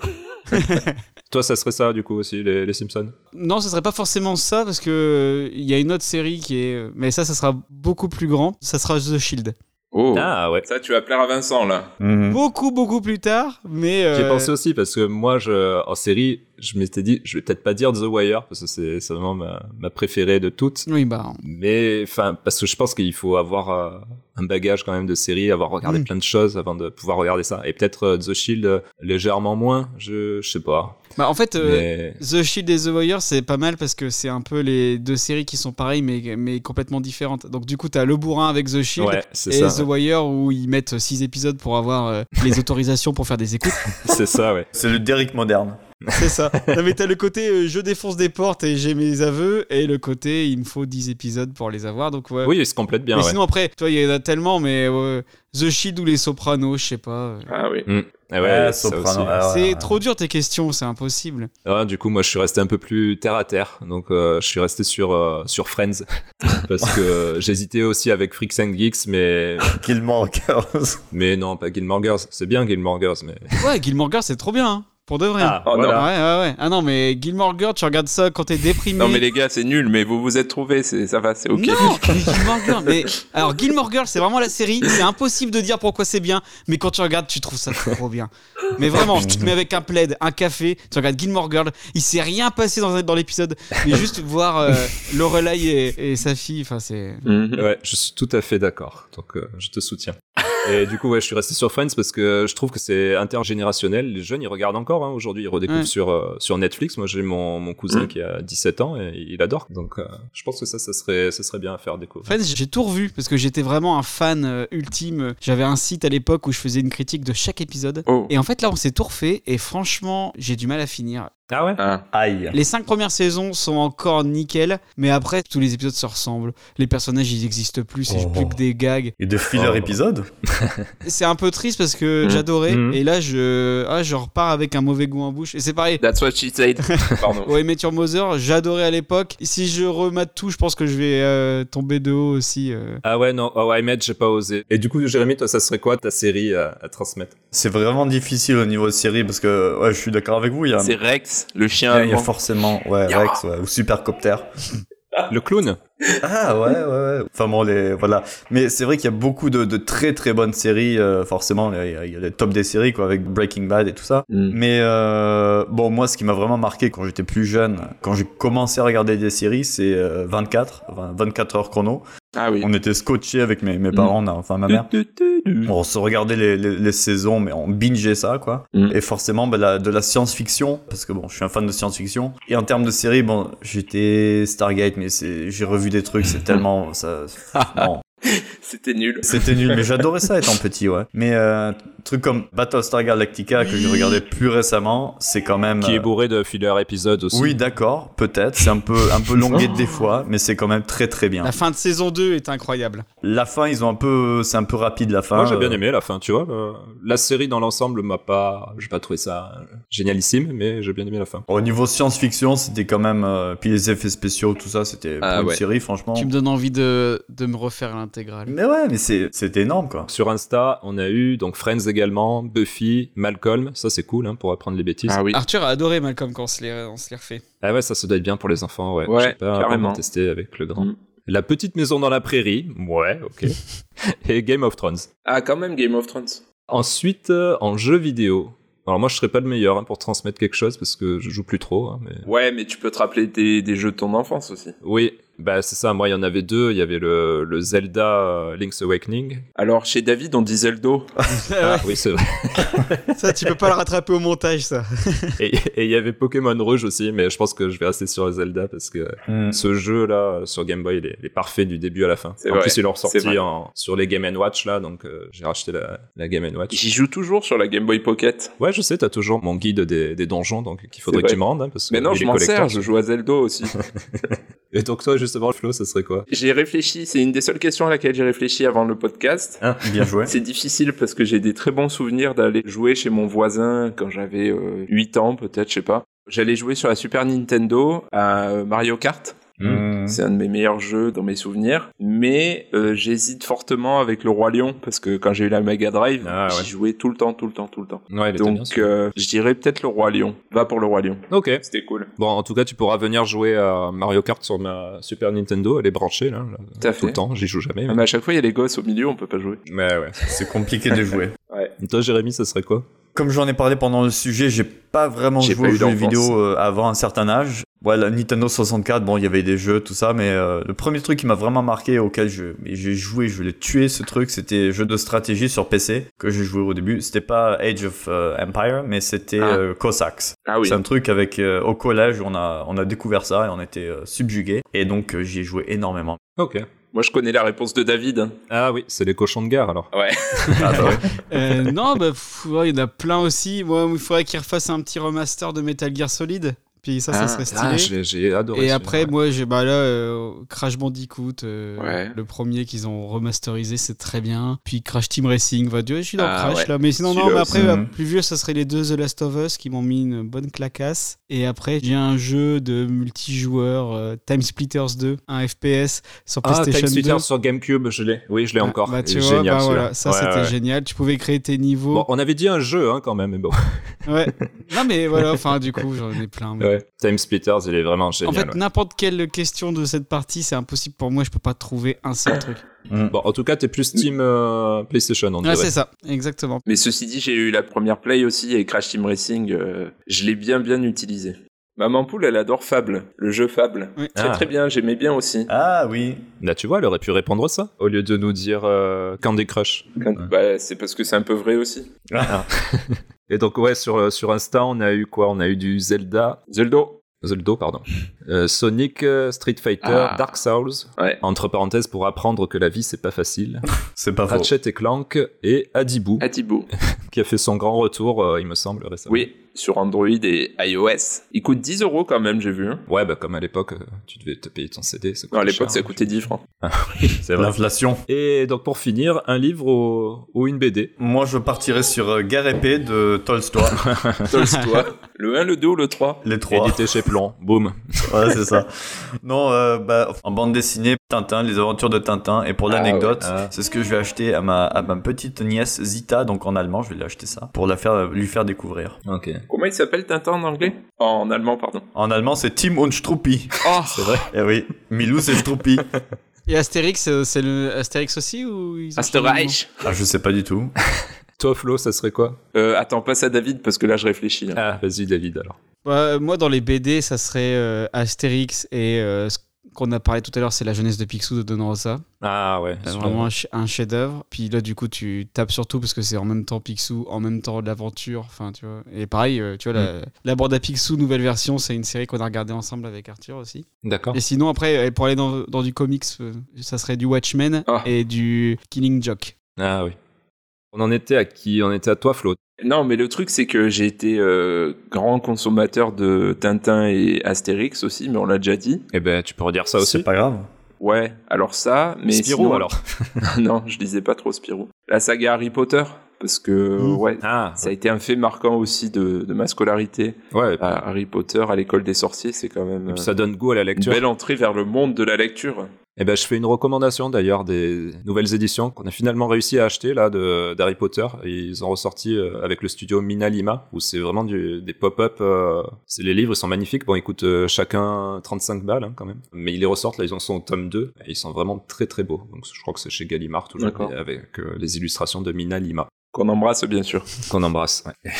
Toi, ça serait ça, du coup, aussi, les, les Simpsons Non, ce serait pas forcément ça, parce que euh, il y a une autre série qui est. euh, Mais ça, ça sera beaucoup plus grand. Ça sera The Shield. Oh Ah ouais. Ça, tu vas plaire à Vincent, là. Mhm. Beaucoup, beaucoup plus tard, mais. Mm. J'ai euh, pensé aussi parce que moi, je, en série, je m'étais dit, je vais peut-être pas dire The Wire parce que c'est c'est vraiment ma, ma préférée de toutes. Oui, bah. Mais, enfin, parce que je pense qu'il faut avoir euh, un bagage quand même de série, avoir regardé Mm. plein de choses avant de pouvoir regarder ça. Et peut-être euh, The Shield euh, légèrement moins, je, je sais pas. bah, en fait. euh, Mais- The Shield et The Warrior, c'est pas mal parce que c'est un peu les deux séries qui sont pareilles mais, mais complètement différentes. Donc du coup, t'as le bourrin avec The Shield ouais, c'est et ça. The Warrior où ils mettent 6 épisodes pour [laughs] avoir euh, les autorisations pour faire des écoutes. C'est ça, ouais. C'est le Derrick moderne. [laughs] C'est ça. Non, mais t'as le côté euh, je défonce des portes et j'ai mes aveux et le côté il me faut 10 épisodes pour les avoir. Donc ouais. Oui, ils se complètent bien, mais ouais. sinon après, toi il y en a tellement mais euh, The Shield ou les Sopranos, je sais pas. euh. Ah oui. Ah ouais, Ah, ça Soprano, aussi. ah ouais, c'est ouais. trop dur tes questions, c'est impossible. Ah, du coup, moi, je suis resté un peu plus terre à terre. Donc, euh, je suis resté sur, euh, sur Friends. [laughs] parce que euh, j'hésitais aussi avec Freaks and Geeks, mais, Gilmore [laughs] Girls. mais non, pas Gilmore Girls. C'est bien Gilmore Girls, mais. Ouais, Gilmore Girls c'est trop bien, hein, pour de vrai. Ah, Oh, voilà. Ah ouais, ouais, ouais. Ah non, mais Gilmore Girls, tu regardes ça quand t'es déprimé. Non mais les gars, c'est nul, mais vous vous êtes trouvés, c'est- ça va, c'est ok. [laughs] Non, [laughs] mais Gilmore Girls, mais alors Gilmore Girls, c'est vraiment la série. C'est impossible de dire pourquoi c'est bien, mais quand tu regardes, tu trouves ça trop bien. Mais vraiment, tu te mets avec un plaid, un café, tu regardes Gilmore Girls. Il s'est rien passé dans, dans l'épisode, mais juste voir euh, Lorelai et, et sa fille, enfin c'est. Mhm. Ouais, je suis tout à fait d'accord. Donc, euh, je te soutiens. Et du coup, ouais, je suis resté sur Friends parce que je trouve que c'est intergénérationnel. Les jeunes, ils regardent encore. hein. Aujourd'hui, ils redécouvrent Ouais. sur, euh, sur Netflix. Moi, j'ai mon, mon cousin Mm. qui a 17 ans et il adore. Donc, euh, je pense que ça, ça serait, ça serait bien à faire découvrir. Friends, j'ai tout revu parce que j'étais vraiment un fan euh, ultime. J'avais un site à l'époque où je faisais une critique de chaque épisode. Oh. Et en fait, là, on s'est tout refait. Et franchement, j'ai du mal à finir. Ah ouais? Ah. Aïe. Les cinq premières saisons sont encore nickel, mais après, tous les épisodes se ressemblent. Les personnages, ils n'existent plus, c'est Oh. plus que des gags. Et de filler Oh. épisode C'est un peu triste parce que Mhm. j'adorais, Mhm. et là, je... Ah, je repars avec un mauvais goût en bouche. Et c'est pareil. That's what she [laughs] said. Pardon. Ouais, Met Your Mother, j'adorais à l'époque. Si je remate tout, je pense que je vais euh, tomber de haut aussi. euh. Ah ouais, non, oh, I Met, j'ai pas osé. Et du coup, Jérémy, toi, ça serait quoi ta série à, à transmettre C'est vraiment difficile au niveau de série parce que ouais, je suis d'accord avec vous. Il y a, C'est Rex, le chien. il y a allemand. forcément ouais, Ya. Rex ouais, ou Supercopter. Le clown Ah ouais, ouais, ouais. Enfin bon, les, voilà. Mais c'est vrai qu'il y a beaucoup de, de très très bonnes séries. euh, forcément, il y, a, il y a les top des séries quoi, avec Breaking Bad et tout ça. Mhm. Mais euh, bon, moi, ce qui m'a vraiment marqué quand j'étais plus jeune, quand j'ai commencé à regarder des séries, c'est euh, 24, enfin, 24 heures chrono. Ah oui. On était scotchés avec mes, mes parents, on a- enfin ma mère. Du, du, du, du. Mm. On se regardait les, les, les saisons, mais on bingeait ça, quoi. Mm. Et forcément, bah, la- de la science-fiction, parce que bon, je suis un fan de science-fiction. Et en termes de séries, bon, [laughs] j'étais Stargate, mais c'est- j'ai revu des trucs, c'est tellement. Ça, non. [laughs] C'était nul. C'était nul, mais j'adorais ça étant petit, ouais. Mais euh, truc comme Battlestar Galactica que j'ai regardé plus récemment, c'est quand même. Qui est euh, bourré de filler épisodes aussi. Oui, d'accord, peut-être. C'est un peu [laughs] un peu longué des fois, mais c'est quand même très très bien. La fin de saison 2 est incroyable. La fin, ils ont un peu, c'est un peu rapide la fin. Moi j'ai bien euh, aimé la fin, tu vois. le- La série dans l'ensemble m'a pas, j'ai pas trouvé ça euh, génialissime, mais j'ai bien aimé la fin. Au niveau science-fiction, c'était quand même. euh, puis les effets spéciaux, tout ça, c'était Ah, pour une ouais. série, franchement. Tu me donnes envie de, de me refaire l'intégrale. Mais ouais, mais c'est c'était énorme quoi. Sur Insta, on a eu donc Friends également, Buffy, Malcolm, ça c'est cool hein, pour apprendre les bêtises. Ah oui. Arthur a adoré Malcolm quand on se l'est on se l'est refait. Ah ouais, ça se doit être bien pour les enfants, ouais. Ouais, J'ai pas vraiment carrément. testé avec le grand. Mm. La petite maison dans la prairie, ouais, [laughs] ok. Et Game of Thrones. Ah, quand même Game of Thrones. Ensuite, euh, en jeu vidéo. Alors moi, je serais pas le meilleur hein, pour transmettre quelque chose parce que je joue plus trop. hein, mais... Ouais, mais tu peux te rappeler des, des jeux de ton enfance aussi. Oui, bah c'est ça. Moi, il y en avait deux. Il y avait le, le Zelda euh, Link's Awakening. Alors, chez David, on disait le dos. Ah, oui, c'est [laughs] vrai. [laughs] Ça, tu peux pas le rattraper au montage, ça. Et et il y avait Pokémon Rouge aussi, mais je pense que je vais rester sur Zelda parce que ce jeu-là euh, sur Game Boy, il est, il est parfait du début à la fin. C'est En vrai, plus, il est c'est ressorti vrai. en- sur les Game Watch là, donc euh, j'ai racheté la, la Game Watch. J'y joue toujours sur la Game Boy Pocket. Ouais, je sais, t'as toujours mon guide des, des donjons, donc qu'il faudrait C'est que vrai. tu me rendes. hein, parce que Mais non, il je est m'en collector. sers, je joue à Zelda [laughs] aussi. Et donc toi, justement, Flo, ça serait quoi j'ai réfléchi, c'est une des seules questions à laquelle j'ai réfléchi avant le podcast. Ah, bien [laughs] joué. C'est difficile parce que j'ai des très bons souvenirs d'aller jouer chez mon voisin quand j'avais euh, 8 ans, peut-être, je sais pas. J'allais jouer sur la Super Nintendo à euh, Mario Kart. [laughs] Mm. C'est un de mes meilleurs jeux dans mes souvenirs. Mais euh, j'hésite fortement avec le Roi Lion parce que quand j'ai eu la Mega Drive, Ah, ouais. j'y jouais tout le temps, tout le temps, tout le temps. Ouais, il était bien, Donc celui-là. euh, je dirais peut-être le Roi Lion. Va pour le Roi Lion. Ok. C'était cool. Bon, en tout cas, tu pourras venir jouer à Mario Kart sur ma Super Nintendo. Elle est branchée, là, là, Tout à tout fait. le temps. J'y joue jamais. Ah, Mais, mais à chaque fois, il y a les gosses au milieu, on peut pas jouer. mais ouais. C'est compliqué de [laughs] jouer. Et toi, Jérémy, ça serait quoi Comme j'en ai parlé pendant le sujet, j'ai pas vraiment J'ai joué pas aux eu jeux d'enfance. vidéo euh, avant un certain âge. Voilà, Nintendo 64, bon, il y avait des jeux, tout ça, mais euh, le premier truc qui m'a vraiment marqué, auquel je- mais j'ai joué, je l'ai tué ce truc, c'était jeu de stratégie sur PC que j'ai joué au début. C'était pas Age of euh, Empire, mais c'était Ah. euh, Cossacks. Ah oui. C'est un truc avec euh, au collège, on a on a découvert ça et on était euh, subjugués et donc euh, j'y ai joué [laughs] énormément. Ok. Moi, je connais la réponse de David. hein. Ah oui, c'est les cochons de gare, alors. Ah, bah ouais. Euh, non, bah, pff, ouais, il y en a plein aussi. Moi, il faudrait qu'ils refassent un petit remaster de Metal Gear Solid. Puis ça, ça Ah, serait stylé. Ah, je l'ai- j'ai adoré. Et celui-là, après, ouais. moi, j'ai bah là, euh, Crash Bandicoot, euh, Ouais. le premier qu'ils ont remasterisé, c'est très bien. Puis Crash Team Racing, va Dieu, je suis dans Ah, Crash ouais. là. Mais sinon, non, Celui-là mais après, aussi. bah, Mhm. plus vieux, ça serait les deux The Last of Us qui m'ont mis une bonne clacasse. Et après, j'ai un jeu de multijoueur, euh, Time Splitters 2, un FPS sur Ah, PlayStation Time 2. Splitter sur GameCube, je l'ai. Oui, je l'ai encore. Bah, Il tu est vois, génial, bah, celui-là. voilà, ça Ouais, c'était ouais. génial. Tu pouvais créer tes niveaux. Bon, on avait dit un jeu, hein, quand même, mais [laughs] bon. Ouais. [laughs] Non, mais voilà, enfin, du coup, j'en ai plein. mais- Time Splitters, il est vraiment En génial. fait, ouais. n'importe quelle question de cette partie, c'est impossible pour moi. Je peux pas trouver [coughs] un seul truc. Mm. Bon, en tout cas, t'es plus team euh, PlayStation, on Ouais, dirait. c'est ça, exactement. Mais ceci dit, j'ai eu la première play aussi et Crash Team Racing, euh, je l'ai bien bien utilisé. Maman Poule, elle adore Fable, le jeu Fable. Oui. Très Ah. très bien, j'aimais bien aussi. Ah oui. Là, tu vois, elle aurait pu répondre ça, au lieu de nous dire euh, Candy Crush. Quand- bah, c'est parce que c'est un peu vrai aussi. Et donc, ouais, sur, euh, sur Insta, on a eu quoi On a eu du Zelda, Zelda. Zelda, pardon, Euh, Sonic, euh, Street Fighter, Ah. Dark Souls, Ouais. entre parenthèses, pour apprendre que la vie, c'est pas facile, C'est pas faux. Ratchet et Clank, et Adibou, Atibo. qui a fait son grand retour, euh, il me semble, récemment. Oui, sur Android et iOS. Il coûte 10 euros quand même, j'ai vu. hein. Ouais, bah, comme à l'époque, euh, tu devais te payer ton CD. ça Non, à coûtait l'époque, cher, ça hein. coûtait 10 francs. C'est vrai. L'inflation. Et donc, pour finir, un livre ou, ou une BD Moi, je partirais sur euh, Guerre épée de [laughs] Tolstoy, Tolstoy. le 1, le 2 ou le 3 les trois. Édité chez Plon, boum. Ouais, c'est [laughs] ça. Non, euh, bah, en bande dessinée, Tintin, les aventures de Tintin. Et pour Ah l'anecdote, ouais, ah. c'est ce que je vais acheter à ma, à ma petite nièce Zita, donc en allemand, je vais lui acheter ça pour la faire, lui faire découvrir. Ok. Comment il s'appelle Tintin en anglais En allemand, pardon. En allemand, c'est Tim und Struppi. Oh, C'est vrai. Eh oui, Milou, c'est Struppi. Et Astérix, euh, c'est le Astérix aussi ou ils ont changé Asterreich. [laughs] Ah, je sais pas du tout. Toi, Flo, ça serait quoi Euh, attends, passe à David parce que là, je réfléchis. hein. là. Ah, vas-y, David, alors. le nom Bah, Moi, dans les BD, ça serait euh, Astérix et euh, qu'on a parlé tout à l'heure, c'est La jeunesse de Picsou de Don Rosa. Ah ouais. C'est Bah, vraiment un, ch- un chef-d'œuvre. Puis là, du coup, tu tapes surtout parce que c'est en même temps Picsou, en même temps l'aventure. Enfin, tu vois. Et pareil, euh, Mm. tu vois, la, la bande à Picsou, nouvelle version, c'est une série qu'on a regardée ensemble avec Arthur aussi. D'accord. Et sinon, après, euh, pour aller dans, dans du comics, euh, ça serait du Watchmen Ah. et du Killing Joke. Ah oui. On en était à qui On était à toi, Flo. Non, mais le truc, c'est que j'ai été euh, grand consommateur de Tintin et Astérix aussi, mais on l'a déjà dit. Eh ben, tu peux redire ça C'est aussi. pas grave. Ouais, alors ça, mais Spirou sinon- alors. [laughs] non, je lisais pas trop Spirou. La saga Harry Potter, parce que Mm. ouais, Ah ça a été un fait marquant aussi de, de ma scolarité. ouais. À Harry Potter à l'école des sorciers, c'est quand même Et euh, puis ça donne goût à la une lecture. belle entrée vers le monde de la lecture. Eh ben, je fais une recommandation d'ailleurs des nouvelles éditions qu'on a finalement réussi à acheter là de d'Harry Potter. Ils ont ressorti euh, avec le studio Minalima où c'est vraiment du, des pop-up. euh, c'est les livres ils sont magnifiques. Bon, ils coûtent euh, chacun 35 balles hein, quand même. Mais ils les ressortent là, ils en sont au tome 2 et ils sont vraiment très très beaux. Donc je crois que c'est chez Gallimard toujours D'accord. mais avec euh, les illustrations de Minalima Qu'on embrasse, bien sûr. qu'on embrasse. ouais.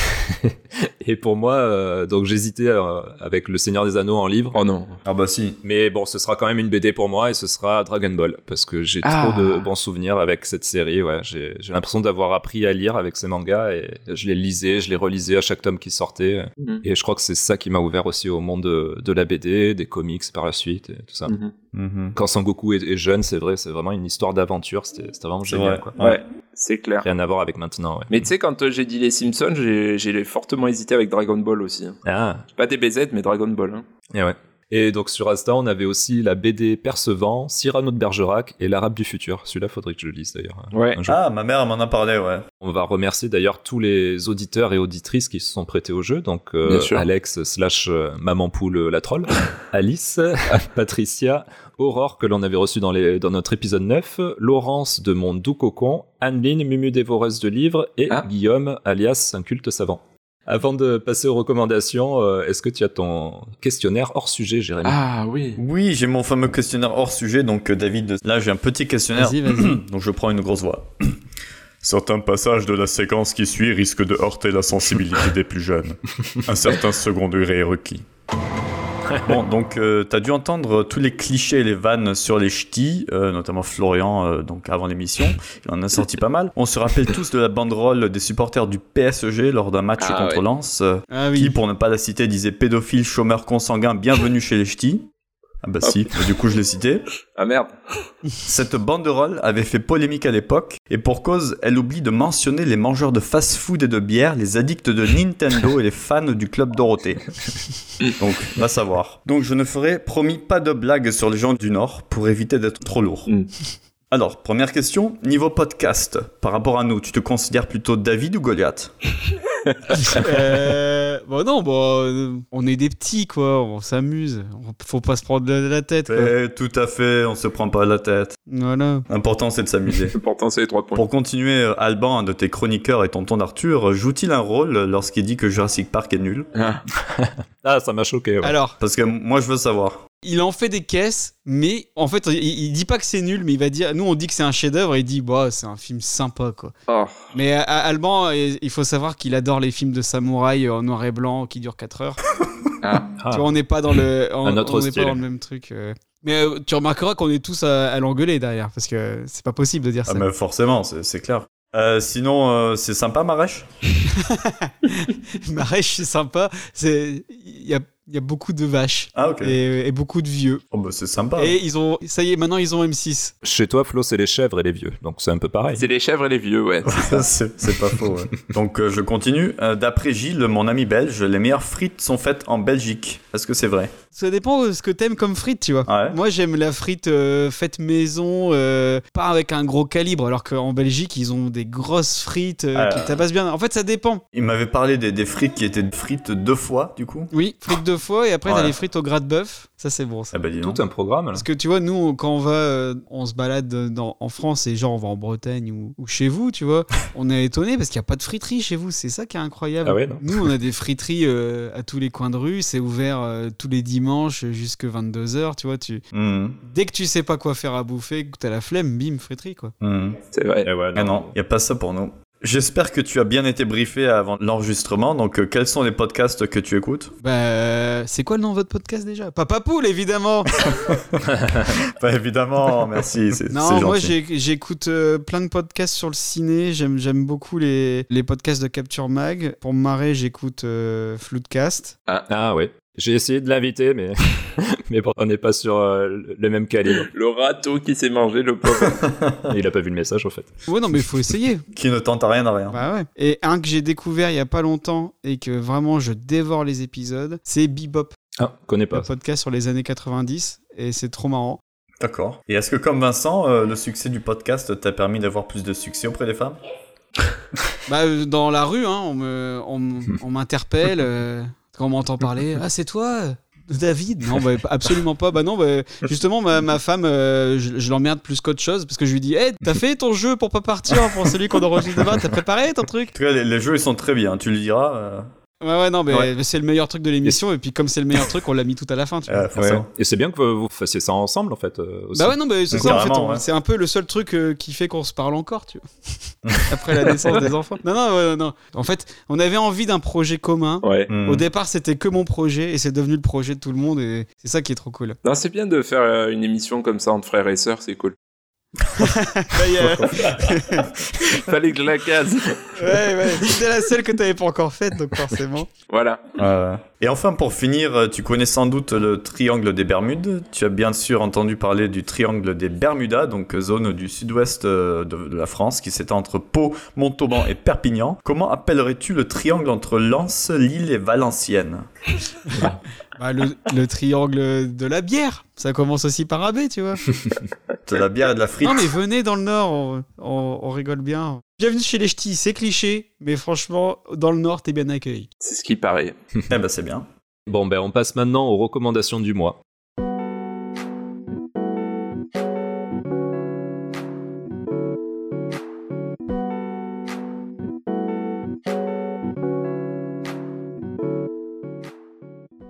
[laughs] et pour moi, euh, donc j'hésitais euh, avec Le Seigneur des Anneaux en livre. Oh non. Ah bah si. Mais bon, ce sera quand même une BD pour moi et ce sera Dragon Ball parce que j'ai Ah. trop de bons souvenirs avec cette série. Ouais, j'ai j'ai l'impression d'avoir appris à lire avec ces mangas et je les lisais, je les relisais à chaque tome qui sortait. Mhm. Et je crois que c'est ça qui m'a ouvert aussi au monde de, de la BD, des comics par la suite et tout ça. Mhm. Mhm. Quand Sangoku est, est jeune, c'est vrai, c'est vraiment une histoire d'aventure. C'était c'était vraiment C'est génial. vrai. Quoi. Ouais, c'est clair. Rien à voir avec maintenant. Ouais. Mais tu sais, quand euh, j'ai dit les Simpsons, j'ai j'ai fortement hésité avec Dragon Ball aussi. hein. Ah. Pas des BZ, mais Dragon Ball. hein. Et ouais. Et donc sur Asta, on avait aussi la BD Percevant, Cyrano de Bergerac et l'Arabe du futur. Celui-là, faudrait que je le lise d'ailleurs. Ouais. Un jour. Ah, ma mère elle m'en a parlé, ouais. On va remercier d'ailleurs tous les auditeurs et auditrices qui se sont prêtés au jeu. Donc euh, Bien sûr. Alex slash euh, Maman Poule euh, la [laughs] troll, Alice, [laughs] Patricia, Aurore que l'on avait reçue dans, les, dans notre épisode 9, Laurence de Mon Doux Cocon, Anne-Lyne, Mumu dévoreuse de livres et Ah. Guillaume alias un culte savant. Avant de passer aux recommandations, euh, est-ce que tu as ton questionnaire hors sujet, Jérémy Ah oui. Oui, j'ai mon fameux questionnaire hors sujet, donc euh, David, là j'ai un petit questionnaire. [clears throat] Vas-y, vas-y. Donc je prends une grosse voix. [clears throat] Certains passages de la séquence qui suit risquent de heurter la sensibilité des plus [laughs] jeunes. Un certain second degré est [laughs] requis. Bon, donc euh, t'as dû entendre tous les clichés et les vannes sur les ch'tis, euh, notamment Florian, euh, donc avant l'émission, il en a sorti pas mal. On se rappelle tous de la banderole des supporters du PSG lors d'un match Ah contre ouais. Lens, euh, Ah qui, oui. pour ne pas la citer, disait pédophile, chômeur, consanguin, bienvenue chez les ch'tis. Ah bah si, du coup je l'ai cité. Ah merde. Cette banderole avait fait polémique à l'époque, et pour cause, elle oublie de mentionner les mangeurs de fast-food et de bière, les addicts de Nintendo et les fans du club Dorothée. Donc, va savoir. Donc, je ne ferai, promis, pas de blagues sur les gens du Nord pour éviter d'être trop lourd. Mm. Alors, première question, niveau podcast, par rapport à nous, tu te considères plutôt David ou Goliath [laughs] Euh, bon, non, bon, euh, on est des petits, quoi. On s'amuse. On- Faut pas se prendre la, la tête, quoi. Eh, Tout à fait, on se prend pas la tête. Voilà. L'important, c'est de [laughs] s'amuser. L'important, c'est les trois points. Pour continuer, euh, Alban, un de tes chroniqueurs et tonton d'Arthur, euh, joue-t-il un rôle euh, lorsqu'il dit que Jurassic Park est nul Ah. Ah, ça m'a choqué. ouais. Alors, Parce que moi, je veux savoir. il en fait des caisses, mais en fait, il, il dit pas que c'est nul, mais il va dire. Nous, on dit que c'est un chef-d'œuvre, et il dit, bah, c'est un film sympa, quoi. Oh. Mais à- à Alban, euh, il faut savoir qu'il adore les films de samouraï euh, en noir et blanc qui durent 4 heures. Ah. Ah. Tu vois, on n'est pas dans [laughs] le, on, Un autre on n'est pas style. dans le même truc. euh. Mais euh, tu remarqueras qu'on est tous à, à l'engueuler derrière, parce que c'est pas possible de dire Ah, [laughs] ça. mais forcément, c'est c'est clair. Euh, sinon, euh, c'est sympa, Marèche Marèche, c'est sympa. C'est, il y a, il y a beaucoup de vaches Ah, ok. et, et beaucoup de vieux. Oh, bah, c'est sympa. Et ils ont, ça y est, maintenant ils ont M6. Chez toi, Flo, c'est les chèvres et les vieux, donc c'est un peu pareil. C'est les chèvres et les vieux, ouais. [laughs] c'est c'est pas faux, [laughs] ouais. Donc, euh, je continue. Euh, D'après Gilles, mon ami belge, les meilleures frites sont faites en Belgique. Est-ce que c'est vrai Ah Ça dépend de ce que t'aimes comme frite, tu vois. Ouais. Moi, j'aime la frite euh, faite maison, euh, pas avec un gros calibre, alors qu'en Belgique, ils ont des grosses frites euh, Ah. qui tabassent bien. En fait, ça dépend. Il m'avait parlé des, des frites qui étaient frites deux fois, du coup. Oui, frites deux fois, et après, t'as Ouais. les frites au gras de bœuf. Ça, c'est bon, ça. Ah, bah, dis donc. Tout un programme. Là. Parce que tu vois, nous, on- quand on va, euh, on se balade dans- en France et genre on va en Bretagne ou, ou chez vous, tu [laughs] vois, on est étonné parce qu'il n'y a pas de friterie chez vous. C'est ça qui est incroyable. Ah ouais, non nous, on [laughs] a des friteries euh, à tous les coins de rue. C'est ouvert euh, tous les dimanches jusque 22h, tu vois. Tu... Mhm, Dès que tu sais pas quoi faire à bouffer, que t'as la flemme, bim, friterie, quoi. mhm. C'est vrai. Eh ouais, Ah non, y a pas ça pour nous. J'espère que tu as bien été briefé avant l'enregistrement. Donc, euh, quels sont les podcasts que tu écoutes Bah, c'est quoi le nom de votre podcast déjà Papa Poule, évidemment Bah, évidemment, [laughs] merci. C'est, Non, c'est moi gentil. j'ai- j'écoute euh, plein de podcasts sur le ciné. J'aime j'aime beaucoup les, les podcasts de Capture Mag. Pour me marrer, j'écoute euh, Floodcast. Ah, ah ouais. J'ai essayé de l'inviter, [laughs] mais, mais bon, on n'est pas sur euh, le même calibre. Le râteau qui s'est mangé, le pauvre. Il a pas vu le message en fait. Ouais, non, mais il faut [laughs] essayer. Qui ne tente à rien à rien. Bah ouais. Et un que j'ai découvert il y a pas longtemps et que vraiment je dévore les épisodes, c'est Bebop, Ah, connais le Bah. pas. podcast sur les années 90. Et c'est trop marrant. D'accord. Et est-ce que, comme Vincent, euh, le succès du podcast t'a permis d'avoir plus de succès auprès des femmes Bah, euh, dans la rue, hein, on me, on, [laughs] m- on m'interpelle euh, quand on m'entend parler. Ah, c'est toi, euh, David Non, bah, absolument pas. Bah non, bah, justement, ma, ma femme, euh, je, je l'emmerde plus qu'autre chose parce que je lui dis, hey, t'as fait ton jeu pour pas partir pour celui qu'on enregistre demain. T'as préparé ton truc En tout cas, les, les jeux, ils sont très bien. Tu le diras. euh, Ouais, ouais, non, mais Ouais. c'est le meilleur truc de l'émission. Et puis comme c'est le meilleur truc, on l'a mis tout à la fin. Tu vois. euh, forcément. Et c'est bien que vous fassiez ça ensemble en fait. euh, aussi. Bah ouais, non, mais c'est Donc, ça, en fait, carrément, on- ouais. c'est un peu le seul truc euh, qui fait qu'on se parle encore, tu vois. [laughs] Après la [laughs] naissance [laughs] des enfants. Non, non, ouais, non, non. En fait, on avait envie d'un projet commun. [laughs] Ouais. Hmm. Au départ, c'était que mon projet et c'est devenu le projet de tout le monde et c'est ça qui est trop cool. Non, c'est bien de faire euh, une émission comme ça entre frères et sœurs, c'est cool. Bah, Fallait que je la case. [laughs] ouais, [laughs] ouais. C'était la seule que t'avais pas encore faite, donc forcément. [laughs] Voilà. Euh, Et enfin, pour finir, euh, tu connais sans doute le triangle des Bermudes. Tu as bien sûr entendu parler du triangle des Bermudas, donc euh, zone du sud-ouest euh, de de la France qui s'étend entre Pau, Montauban et Perpignan. Comment appellerais-tu le triangle entre Lens, Lille et Valenciennes Bah, le, le triangle de la bière, ça commence aussi par AB, tu vois. De la bière et de la frite. Non, mais venez dans le Nord, on, on- on rigole bien. Bienvenue chez les ch'tis, c'est cliché, mais franchement, dans le Nord, t'es bien accueilli. C'est ce qui paraît. Eh ben, c'est bien. Bon, ben on passe maintenant aux recommandations du mois.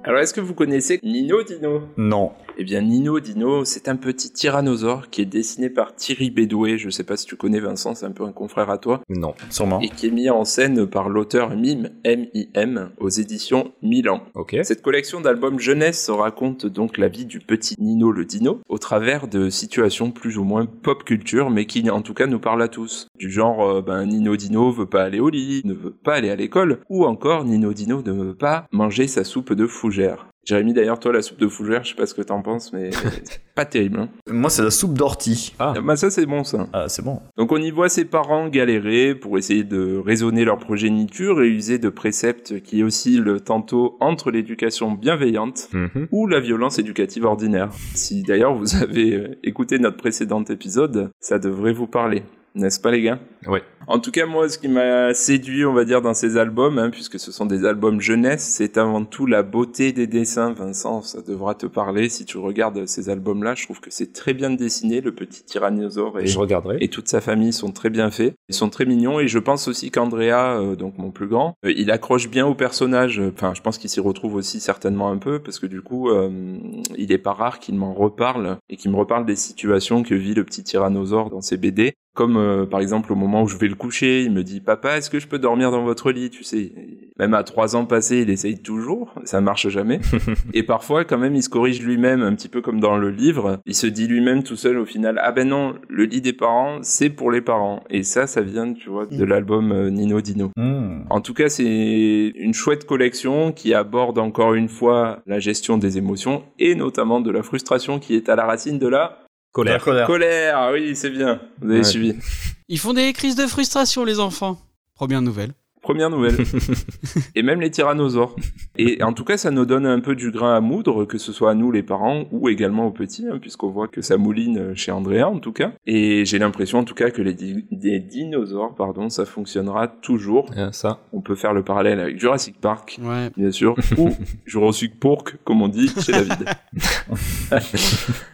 Alors, est-ce que vous connaissez Nino Dino Non. Eh bien, Nino Dino, c'est un petit tyrannosaure qui est dessiné par Thierry Bédoué. Je sais pas si tu connais Vincent, c'est un peu un confrère à toi. Non. Sûrement. Et qui est mis en scène par l'auteur Mime, M-I-M, aux éditions Milan. Ok. Cette collection d'albums jeunesse raconte donc la vie du petit Nino le Dino au travers de situations plus ou moins pop culture, mais qui en tout cas nous parlent à tous. Du genre, euh, ben, Nino Dino veut pas aller au lit, ne veut pas aller à l'école, ou encore Nino Dino ne veut pas manger sa soupe de fougère. Jérémy, d'ailleurs, toi, la soupe de fougère, je sais pas ce que t'en penses, mais c'est pas terrible. Hein. Moi, c'est la soupe d'ortie. Ah. Ah, Ben, ça, c'est bon, ça. Ah, c'est bon. Donc on y voit ses parents galérer pour essayer de raisonner leur progéniture et user de préceptes qui oscillent tantôt entre l'éducation bienveillante Mhm. ou la violence éducative ordinaire. Si d'ailleurs vous avez euh, écouté notre précédent épisode, ça devrait vous parler. N'est-ce pas les gars Ouais. En tout cas, moi, ce qui m'a séduit, on va dire, dans ces albums, hein, puisque ce sont des albums jeunesse, c'est avant tout la beauté des dessins. Vincent, ça devra te parler. Si tu regardes ces albums-là, je trouve que c'est très bien dessiné. Le petit tyrannosaure est Je regarderai. et toute sa famille sont très bien faits. Ils sont très mignons et je pense aussi qu'Andrea, euh, donc mon plus grand, euh, il accroche bien au personnage. Enfin, je pense qu'il s'y retrouve aussi certainement un peu parce que du coup, euh, il est pas rare qu'il m'en reparle et qu'il me reparle des situations que vit le petit tyrannosaure dans ses BD. Comme euh, par exemple au moment où je vais le coucher, il me dit papa, est-ce que je peux dormir dans votre lit Tu sais, même à trois ans passés, il essaye toujours, ça marche jamais. Et parfois, quand même, il se corrige lui-même, un petit peu comme dans le livre. Il se dit lui-même tout seul au final, ah ben non, le lit des parents, c'est pour les parents. Et ça, ça vient, tu vois, de Mm. l'album euh, Nino Dino. Hmm. En tout cas, c'est une chouette collection qui aborde encore une fois la gestion des émotions et notamment de la frustration qui est à la racine de la La Colère. colère. colère. Ah Oui, c'est bien. Vous avez Ouais. suivi. Ils font des crises de frustration, les enfants. Première nouvelle. Première nouvelle. et même les tyrannosaures. Et en tout cas, ça nous donne un peu du grain à moudre, que ce soit à nous les parents ou également aux petits, hein, puisqu'on voit que ça mouline euh, chez Andrea en tout cas. Et j'ai l'impression en tout cas que les, di- des dinosaures, pardon, ça fonctionnera toujours. Ah, ça. On peut faire le parallèle avec Jurassic Park, Ouais. bien [laughs] sûr, ou Jurassic Park, comme on dit chez [laughs] David.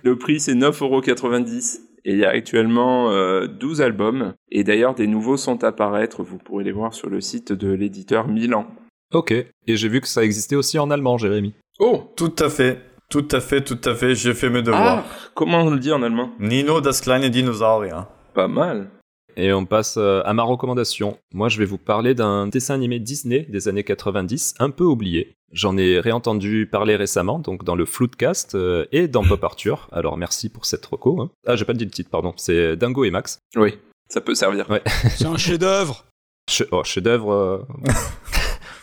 le prix, c'est 9,90€. Et il y a actuellement euh, 12 albums. Et d'ailleurs, des nouveaux sont à paraître. Vous pourrez les voir sur le site de l'éditeur Milan. Ok. Et j'ai vu que ça existait aussi en allemand, Jérémy. Oh Tout à fait. Tout à fait, tout à fait. Ah, J'ai fait mes devoirs. Comment on le dit en allemand hein. Nino, das kleine Dinosaurier. Pas mal. et on passe euh, à ma recommandation. Moi, je vais vous parler d'un dessin animé Disney des années 90, un peu oublié. J'en ai réentendu parler récemment, donc dans le Floodcast euh, et dans Pop Arthur. Alors merci pour cette reco. hein. Ah, j'ai pas dit le titre, pardon. C'est Dingo et Max. Oui, ça peut servir. C'est un chef-d'œuvre. Che- oh, chef-d'œuvre. euh,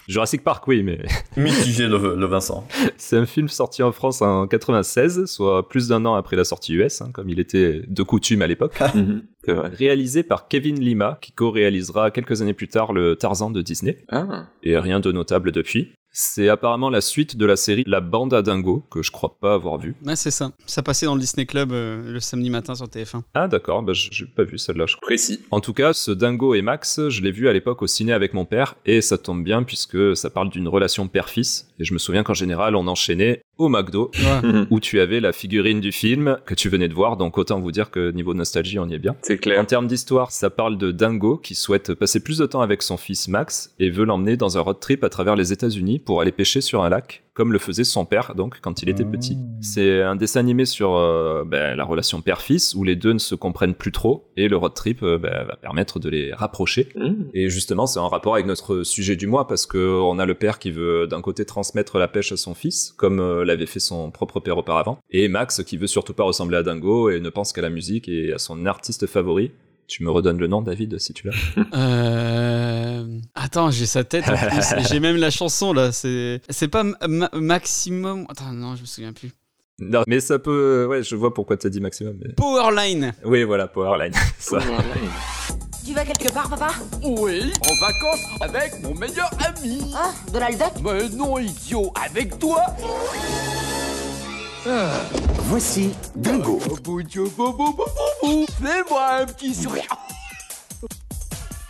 Jurassic Park, oui, mais [laughs] Mitigé le, le Vincent. c'est un film sorti en France en 96, soit plus d'un an après la sortie US, hein, comme il était de coutume à l'époque. Mhm, C'est vrai. réalisé par Kevin Lima, qui co-réalisera quelques années plus tard le Tarzan de Disney, Ah, et rien de notable depuis. C'est apparemment la suite de la série La Bande à Dingo, que je crois pas avoir vue. Ouais, c'est ça. Ça passait dans le Disney Club euh, le samedi matin sur TF1. Ah d'accord, bah, j- j'ai pas vu celle-là. je crois. précis. En tout cas, ce Dingo et Max, je l'ai vu à l'époque au ciné avec mon père, et ça tombe bien puisque ça parle d'une relation père-fils, et je me souviens qu'en général on enchaînait au McDo, Ouais. Mhm, [laughs] où tu avais la figurine du film que tu venais de voir, donc autant vous dire que niveau nostalgie on y est bien. C'est En clair. termes d'histoire, ça parle de Dingo qui souhaite passer plus de temps avec son fils Max et veut l'emmener dans un road trip à travers les États-Unis pour aller pêcher sur un lac, comme le faisait son père donc quand il était petit. C'est un dessin animé sur euh, ben, la relation père-fils où les deux ne se comprennent plus trop et le road trip euh, ben, va permettre de les rapprocher. Mhm, Et justement, c'est en rapport avec notre sujet du mois parce que on a le père qui veut d'un côté transmettre la pêche à son fils, comme euh, l'avait fait son propre père auparavant, et Max qui veut surtout pas ressembler à Dingo et ne pense qu'à la musique et à son artiste favori. Tu me redonnes le nom, David, si tu l'as. Euh... Attends, j'ai sa tête en plus. Et j'ai même la chanson là. C'est, c'est pas ma- ma- Maximum. Attends, non, je me souviens plus. Non, mais ça peut. Ouais, je vois pourquoi t'as dit maximum. mais- Powerline. Oui, voilà, Powerline. Ça. Tu vas quelque part, papa Oui, en vacances avec mon meilleur ami. Hein Donald Duck Mais non, idiot, avec toi. Voici Dingo. Oh, bon Dieu, bon, bon, bon, bon, bon. Fais-moi un petit sourire.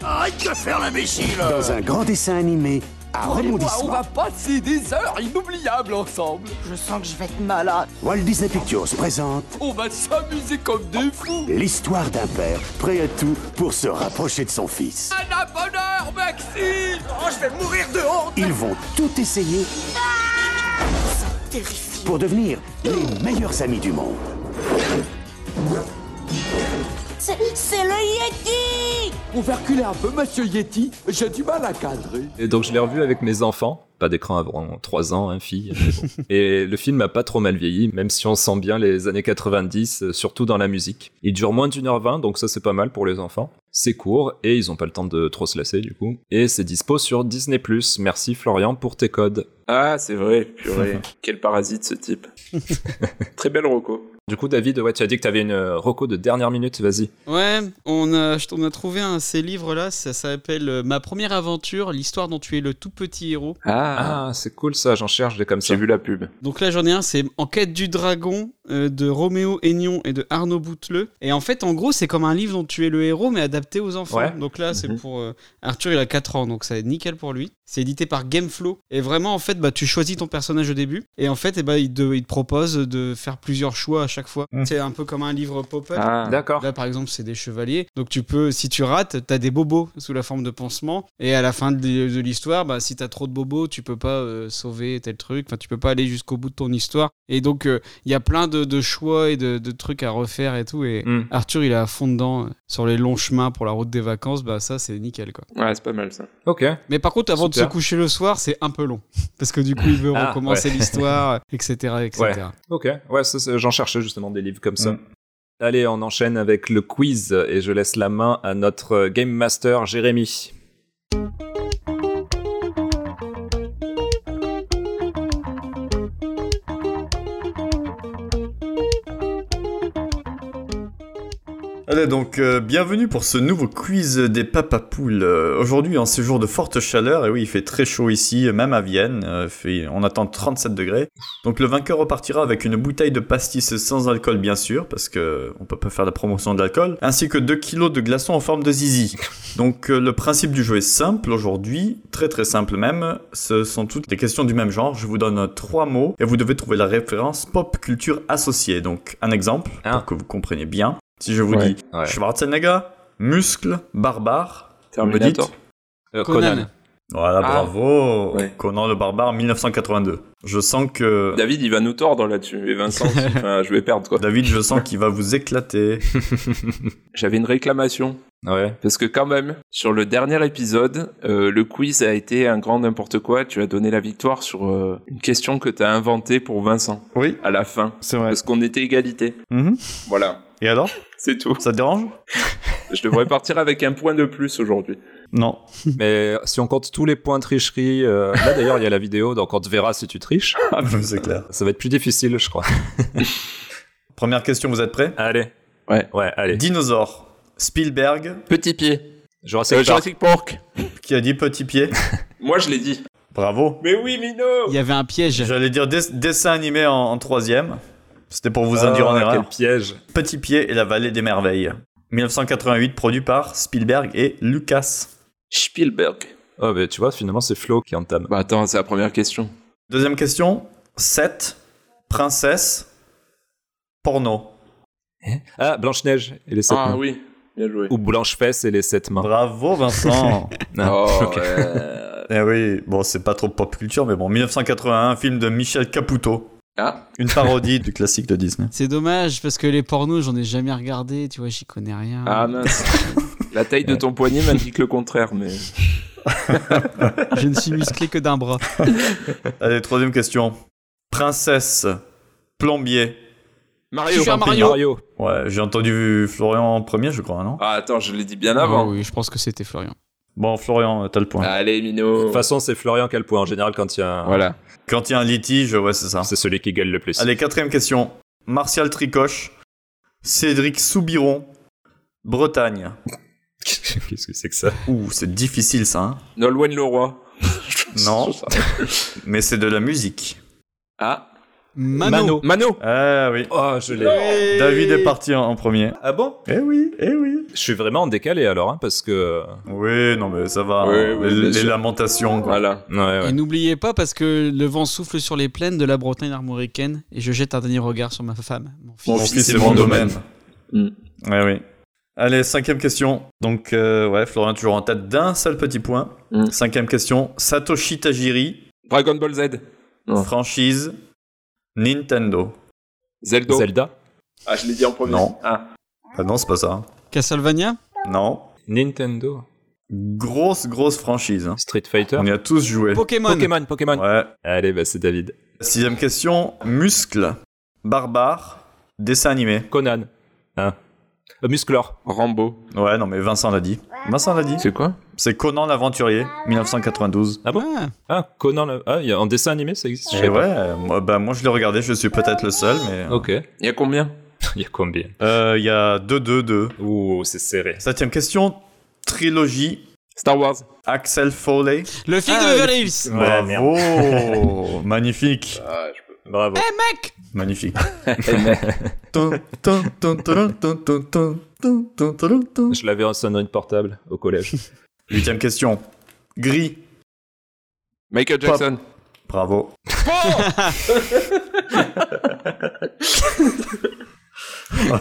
Arrête de faire l'imbécile Dans un grand dessin animé à Et moi, on rebondissement, va passer des heures inoubliables ensemble. Je sens que je vais être malade. Walt Disney Pictures présente On va s'amuser comme des fous. l'histoire d'un père prêt à tout pour se rapprocher de son fils. Un bonheur, Maxime Oh, je vais mourir de honte Ils vont tout essayer pour devenir les meilleurs amis du monde. C'est c'est le Yeti On va reculer un peu, monsieur Yeti. J'ai du mal à cadrer. Et donc je l'ai revu avec mes enfants, pas d'écran avant 3 ans, hein, fille. mais bon. [laughs] Et le film a pas trop mal vieilli, même si on sent bien les années 90, euh, surtout dans la musique. Il dure moins d'une heure vingt, donc ça c'est pas mal pour les enfants. C'est court et ils ont pas le temps de trop se lasser du coup. Et c'est dispo sur Disney+. Merci Florian pour tes codes. Ah, c'est vrai, [laughs] purée. Quel parasite ce [laughs] type. Très belle Rocco. Du coup David, ouais, tu as dit que t'avais une euh, reco de dernière minute, vas-y. Ouais, on a, je- on a trouvé un, ces livres-là, ça s'appelle euh, Ma première aventure, l'histoire dont tu es le tout petit héros. Ah, Ah, c'est cool ça, j'en cherche des comme ça. j'ai vu la pub. Donc là j'en ai un, c'est Enquête du dragon euh, de Roméo Aignon et de Arnaud Bouteleux. Et en fait en gros c'est comme un livre dont tu es le héros mais adapté aux enfants. Ouais. Donc là c'est Mhm. pour euh, Arthur il a 4 ans donc ça est nickel pour lui. C'est édité par Gameflow. Et vraiment en fait bah, tu choisis ton personnage au début et en fait eh ben, il, te, il te propose de faire plusieurs choix à chaque fois. Mhm. C'est un peu comme un livre pop-up. Ah, D'accord. Là, par exemple, c'est des chevaliers. Donc, tu peux, si tu rates, t'as des bobos sous la forme de pansement. Et à la fin de, de l'histoire, bah, si t'as trop de bobos, tu peux pas euh, sauver tel truc. Enfin, tu peux pas aller jusqu'au bout de ton histoire. Et donc, euh, il y a plein de, de choix et de, de trucs à refaire et tout. Et Hmm. Arthur, il est à fond dedans euh, sur les longs chemins pour la route des vacances. Bah, ça, c'est nickel, quoi. ouais, c'est pas mal ça. Ok. Mais par contre, avant de Super. se coucher le soir, c'est un peu long. Parce que du coup, il veut Ah, recommencer l'histoire, etc., etc. Ouais. Ok, ouais, ça, ça, j'en cherchais justement des livres comme ça. Mm. Allez, on enchaîne avec le quiz et je laisse la main à notre euh, game master Jérémy. Allez donc, euh, bienvenue pour ce nouveau quiz des papapoules. Euh, Aujourd'hui, en séjour de forte chaleur, et oui, il fait très chaud ici, même à Vienne, euh, fait- on attend 37 degrés. Donc le vainqueur repartira avec une bouteille de pastis sans alcool, bien sûr, parce que euh, on peut pas faire la promotion de l'alcool, ainsi que 2 kilos de glaçons en forme de zizi. Donc euh, le principe du jeu est simple aujourd'hui, très très simple même. Ce sont toutes des questions du même genre. Je vous donne euh, trois mots et vous devez trouver la référence pop culture associée. Donc un exemple Ah. pour que vous compreniez bien. Si je vous Ouais. dis Ouais. Schwarzenegger, muscle, barbare. Terminator. Euh, Conan. Voilà, Ah. bravo. Ouais. Conan le barbare 1982. Je sens que David, il va nous tordre là-dessus. Et [laughs] Vincent, aussi. enfin, je vais perdre quoi. David, je sens qu'il va vous éclater. J'avais une réclamation. Ouais. Parce que quand même, sur le dernier épisode, euh, le quiz a été un grand n'importe quoi. Tu as donné la victoire sur euh, une question que t'as inventée pour Vincent Oui, à la fin. c'est vrai. Parce qu'on était égalité. Mhm. Mm-hmm. Voilà. Et alors C'est tout. Ça te dérange Je devrais partir avec un point de plus aujourd'hui. Non. Mais euh, si on compte tous les points de tricherie, euh, là d'ailleurs il y a la vidéo, donc on te verra si tu triches. Ah, mais c'est clair. Ça va être plus difficile, je crois. Première question, vous êtes prêts Allez. Ouais. Ouais, allez. Dinosaure. Spielberg, Petit pied. Jurassic Euh, C'est Park. Jurassic Park. qui a dit petit pied. Moi, je l'ai dit. Bravo. Mais oui, Mino Il y avait un piège. J'allais dire dess- dessin animé en, en troisième. C'était pour vous induire en Ah, erreur. Quel piège. Petit pied et la vallée des merveilles. 1988, produit par Spielberg et Lucas. Spielberg. Oh, mais tu vois, finalement c'est Flo qui entame. Bah attends, c'est la première question. Deuxième question. 7. Princesse. Porno. Eh Ah, Blanche-Neige et les sept Ah mains. oui, bien joué. Ou Blanche-Fesse et les sept mains. Bravo Vincent. Ah, Oh, ok. ouais. eh oui, bon, c'est pas trop pop culture, mais bon, 1981, film de Michel Caputo. Ah, Une parodie du classique de [laughs] Disney. C'est dommage parce que les pornos, j'en ai jamais regardé, tu vois, j'y connais rien. ah mince. La taille de ton poignet m'indique le contraire, mais... Je ne suis musclé que d'un bras. Allez, troisième question. Princesse. Plombier. Je suis un Mario. Mario. Ouais, j'ai entendu Florian en premier, je crois, non Ah attends, je l'ai dit bien avant. Ah oui, je pense que c'était Florian. Bon, Florian, euh, t'as le point. Allez, De Mino. toute façon, hein. c'est Florian qui a le point en général quand il y a un... Voilà. Quand il y a un litige, ouais, c'est ça. C'est celui qui gagne le plus. Allez, quatrième question. Martial Tricoche. Cédric Soubiron. Bretagne. [laughs] Qu'est-ce que c'est que ça Ouh, c'est difficile ça. hein. Nolwenn Leroy. [laughs] Non, mais c'est de la musique. Ah. Mano. Mano. Ah oui. Oh, je l'ai. David est parti en, en premier. Ah bon Eh oui, eh oui. Je suis vraiment en décalé alors, hein, parce que. Oui, non mais ça va. Oui, hein. oui, les, bien les sûr. lamentations. Quoi. Voilà. Ouais, Ah ouais. Et n'oubliez pas, parce que le vent souffle sur les plaines de la Bretagne armoricaine, et je jette un dernier regard sur ma femme, mon fils. Mon Mon fils fils c'est est mon mon domaine. Hmm. domaine. Ouais, Eh oui. Allez, cinquième question. Donc, euh, ouais, Florian toujours en tête d'un seul petit point. Mm. Cinquième question. Satoshi Tajiri, Dragon Ball Z. Non. franchise Nintendo. Zelda. Zelda Ah, je l'ai dit en premier. Non. Ah. Ah non, c'est pas ça. Castlevania Non. Nintendo Grosse, grosse franchise. hein. Street Fighter On y a tous joué. Pokémon. Pokémon, Pokémon. Ouais. Allez, bah c'est David. Sixième question. Muscle, barbare, dessin animé. Conan. Hein. Euh, Musclor. Rambo. Ouais, non, mais Vincent l'a dit. Vincent l'a dit. C'est quoi C'est Conan l'aventurier, 1992. Ah, Ah, Conan. le- Ah, il y a- en dessin animé, ça existe Je Et savais ouais, euh, moi, bah, moi je l'ai regardé, je suis peut-être le seul, mais. pas. Ok. Il y a combien il y a combien Euh, Il y a 2-2-2. Ouh, c'est serré. Septième question. Trilogie, Star Wars. Axel Foley. Le film de Ah, Beverly Hills. Ouais, Bravo Magnifique Bravo. Eh, Magnifique. Eh, mec. Je l'avais en sonnerie de portable au collège. Huitième question. Gris, Michael Jackson. [laughs] bravo.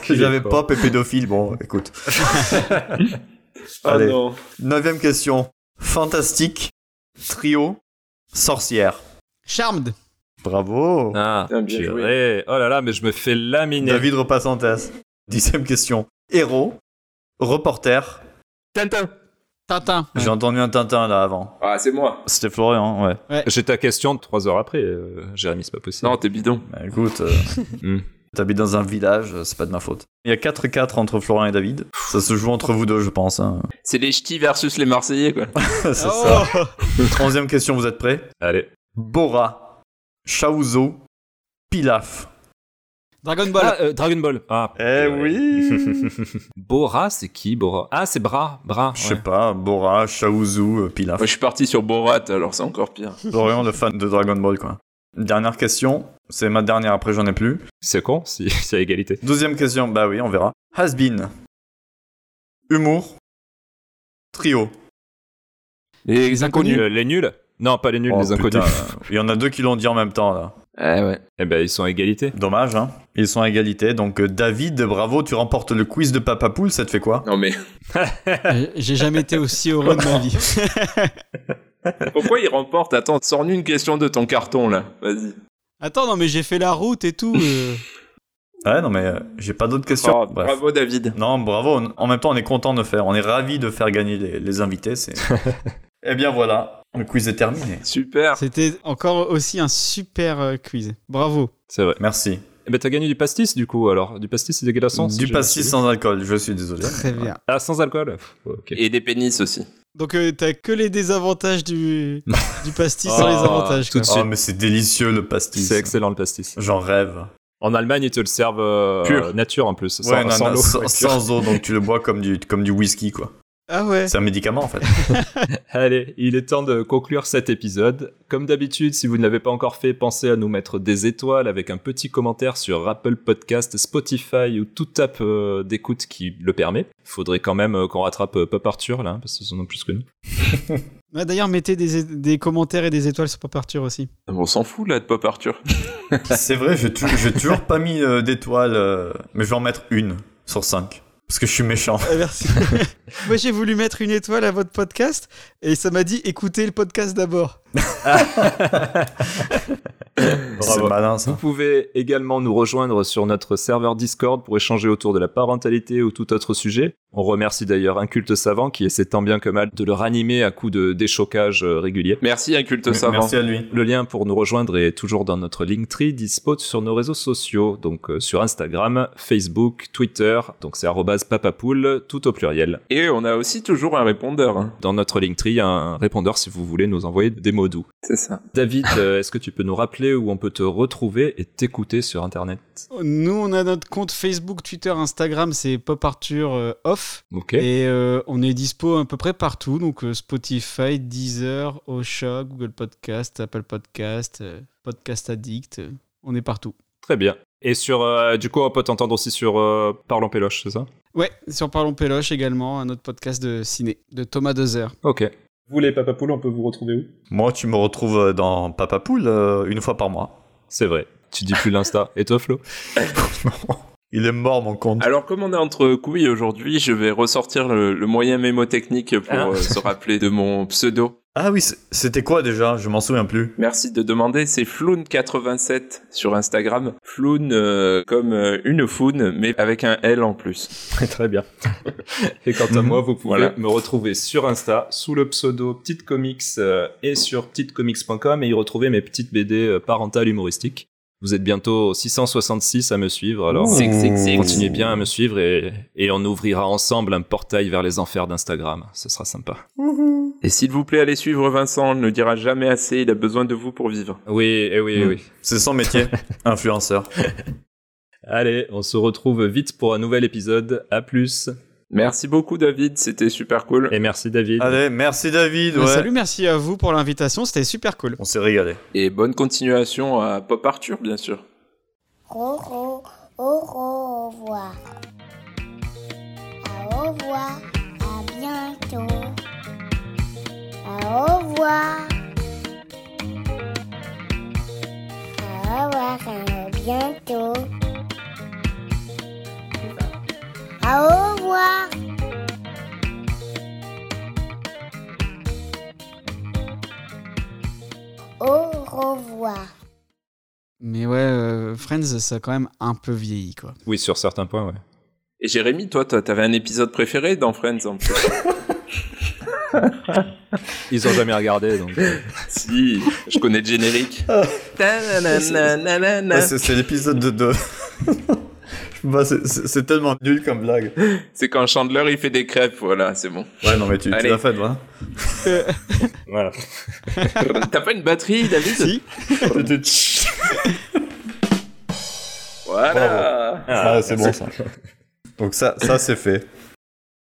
J'avais pop et pédophile, bon, écoute. Allez. Ah non. Neuvième question. Fantastique, trio, sorcière. Charmed. Bravo. [laughs] Ah, Putain, bien purée. Oh là là, mais je me fais laminer. David repasse en tasse. Dixième question. Héros, reporter. Tintin. Tintin. J'ai entendu un Tintin là avant. Ah, c'est moi. C'était Florian, ouais. J'ai ta question trois heures après, euh, Jérémy, c'est pas possible. Non, t'es bidon. Bah, écoute, euh, [laughs] Hmm. t'habites dans un village, euh, c'est pas de ma faute. Il y a 4-4 entre Florian et David. Ça se joue entre vous deux, je pense. hein. C'est les ch'tis versus les Marseillais, quoi. [laughs] c'est ça. Onzième Oh. question, vous êtes prêts Allez. Bora, Chaouzo, Pilaf. Dragon Ball. Ah, euh, Dragon Ball. Ah, Eh purée. oui [laughs] Bora, c'est qui Bora Ah, c'est Bra, Bra. Je sais ouais. pas, Bora, Chaouzou, euh, Pilaf. Moi, je suis parti sur Borat, alors c'est encore pire. Florian, le fan de Dragon Ball, quoi. Dernière question, c'est ma dernière, après j'en ai plus. C'est con, si [laughs] c'est à égalité. Deuxième question, bah oui, on verra. Has been. Humour. Trio. Les, inconnus. Euh, les nuls Non, pas les nuls, Oh, les inconnus. putain, là. Il y en a deux qui l'ont dit en même temps, là. Eh ouais. [laughs] Eh ben, ils sont à égalité. Dommage, hein. Ils sont à égalité. Donc, euh, David, bravo, tu remportes le quiz de Papa Poule, ça te fait quoi Non, mais [laughs] Euh, J'ai jamais été aussi heureux de ma vie. [laughs] pourquoi il remporte Attends, sors-nous une question de ton carton, là. Vas-y. Attends, non, mais j'ai fait la route et tout. euh. Ouais, non, mais euh, j'ai pas d'autres questions. Oh, Bref. bravo David. Non, bravo. En même temps, on est content de faire. On est ravis de faire gagner les, les invités. C'est... eh bien, voilà. Le quiz est terminé. Ah. Super. C'était encore aussi un super euh, quiz. Bravo. C'est vrai. Merci. Eh ben, t'as gagné du pastis, du coup, alors. Du pastis et des glaçons. si du j'ai pastis bien hein. suivi. sans alcool, je suis désolé. Très bien. Ah, sans alcool Pff, Ok. Et des pénis aussi. Donc euh, t'as que les désavantages du, du pastis sans les Oh, avantages. tout quoi. de suite. Oh, mais c'est délicieux le pastis. C'est excellent le pastis. J'en rêve. En Allemagne, ils te le servent euh, Pur. nature en plus, sans, Ouais, non, sans non, l'eau. sans, Ouais, pur. sans eau, donc tu le bois comme du, comme du whisky, quoi. Ah ouais. C'est un médicament, en fait. Allez, il est temps de conclure cet épisode. Comme d'habitude, si vous ne l'avez pas encore fait, pensez à nous mettre des étoiles avec un petit commentaire sur Apple Podcast, Spotify ou toute app euh, d'écoute qui le permet. Faudrait quand même euh, qu'on rattrape euh, Pop Arthur là, hein, parce qu'ils en ont plus que nous. Ah, D'ailleurs mettez des, des commentaires et des étoiles sur Pop Arthur aussi. On s'en fout là de Pop Arthur. c'est vrai, j'ai, tou- j'ai toujours pas mis euh, d'étoiles, euh, mais je vais en mettre une sur cinq. Parce que je suis méchant. Ah, [laughs] merci. Moi j'ai voulu mettre une étoile à votre podcast et ça m'a dit écoutez le podcast d'abord. C'est malin, Vous ça. pouvez également nous rejoindre sur notre serveur Discord pour échanger autour de la parentalité ou tout autre sujet. On remercie d'ailleurs Inculte Savant qui essaie tant bien que mal de le ranimer à coups de déchocage euh, régulier. Merci Inculte M- Savant. Merci à lui. Le lien pour nous rejoindre est toujours dans notre Linktree, dispo sur nos réseaux sociaux, donc euh, sur Instagram, Facebook, Twitter, donc c'est arrobase papapoule, tout au pluriel. Et on a aussi toujours un répondeur. hein. Dans notre Linktree, il y a un répondeur si vous voulez nous envoyer des mots doux. C'est ça. [laughs] David, euh, est-ce que tu peux nous rappeler où on peut te retrouver et t'écouter sur Internet Nous on a notre compte Facebook, Twitter, Instagram, c'est Pop Arthur euh, off. Ok. Et euh, on est dispo à peu près partout, donc euh, Spotify, Deezer, Osha, Google Podcast, Apple Podcast, euh, Podcast Addict, euh, on est partout. Très bien. Et sur, euh, du coup, on peut t'entendre aussi sur euh, Parlons Péloche, c'est ça Ouais, sur Parlons Péloche également, un autre podcast de ciné, de Thomas Dezer. Ok. Vous les Papa Poule, on peut vous retrouver où Moi, tu me retrouves euh, dans Papa Poule euh, une fois par mois. C'est vrai. Tu dis plus [laughs] l'Insta. Et toi, Flo Il est mort, mon compte. Alors, comme on est entre couilles aujourd'hui, je vais ressortir le, le moyen mémotechnique pour Hein euh, se rappeler de mon pseudo. Ah oui, c'est- c'était quoi déjà Je m'en souviens plus. Merci de demander, c'est Floun87 sur Instagram. Floun euh, comme euh, une foune, mais avec un L en plus. [laughs] Très bien. et quant à Mhm. moi, vous pouvez Voilà. me retrouver sur Insta sous le pseudo Petite Comics euh, et sur petitecomics.com et y retrouver mes petites BD euh, parentales humoristiques. Vous êtes bientôt 666 à me suivre, alors Ouh. Zig, zig, zig. continuez bien à me suivre et, et on ouvrira ensemble un portail vers les enfers d'Instagram. Ce sera sympa. Et s'il vous plaît, allez suivre Vincent, on ne le dira jamais assez, il a besoin de vous pour vivre. Oui, et oui, eh Mm. oui. C'est [laughs] son métier, influenceur. Allez, on se retrouve vite pour un nouvel épisode. À plus. Merci beaucoup David, c'était super cool. Et merci David. Allez, merci David. Bah, ouais. salut, merci à vous pour l'invitation, c'était super cool. On s'est régalé. Et bonne continuation à Pop Arthur, bien sûr. Roro, au revoir. À au revoir, à bientôt. À au revoir. À au revoir, à bientôt. À au revoir. Au revoir. Mais ouais, euh, Friends, ça a quand même un peu vieilli, quoi. Oui, sur certains points, ouais. Et Jérémy, toi, toi, t'avais un épisode préféré dans Friends en plus. Ils ont jamais regardé, donc. euh, si, je connais le générique. Bah. Ouais, Bah, c'est c'est l'épisode de [laughs] 2. c'est c'est tellement nul comme blague. C'est quand Chandler il fait des crêpes, voilà, c'est bon. Ouais, non, mais tu, tu Allez. l'as fait, hein. voilà. voilà. T'as pas une batterie, David Voilà. [laughs] Bah, Ah, c'est bon ça. Donc ça, ça c'est fait.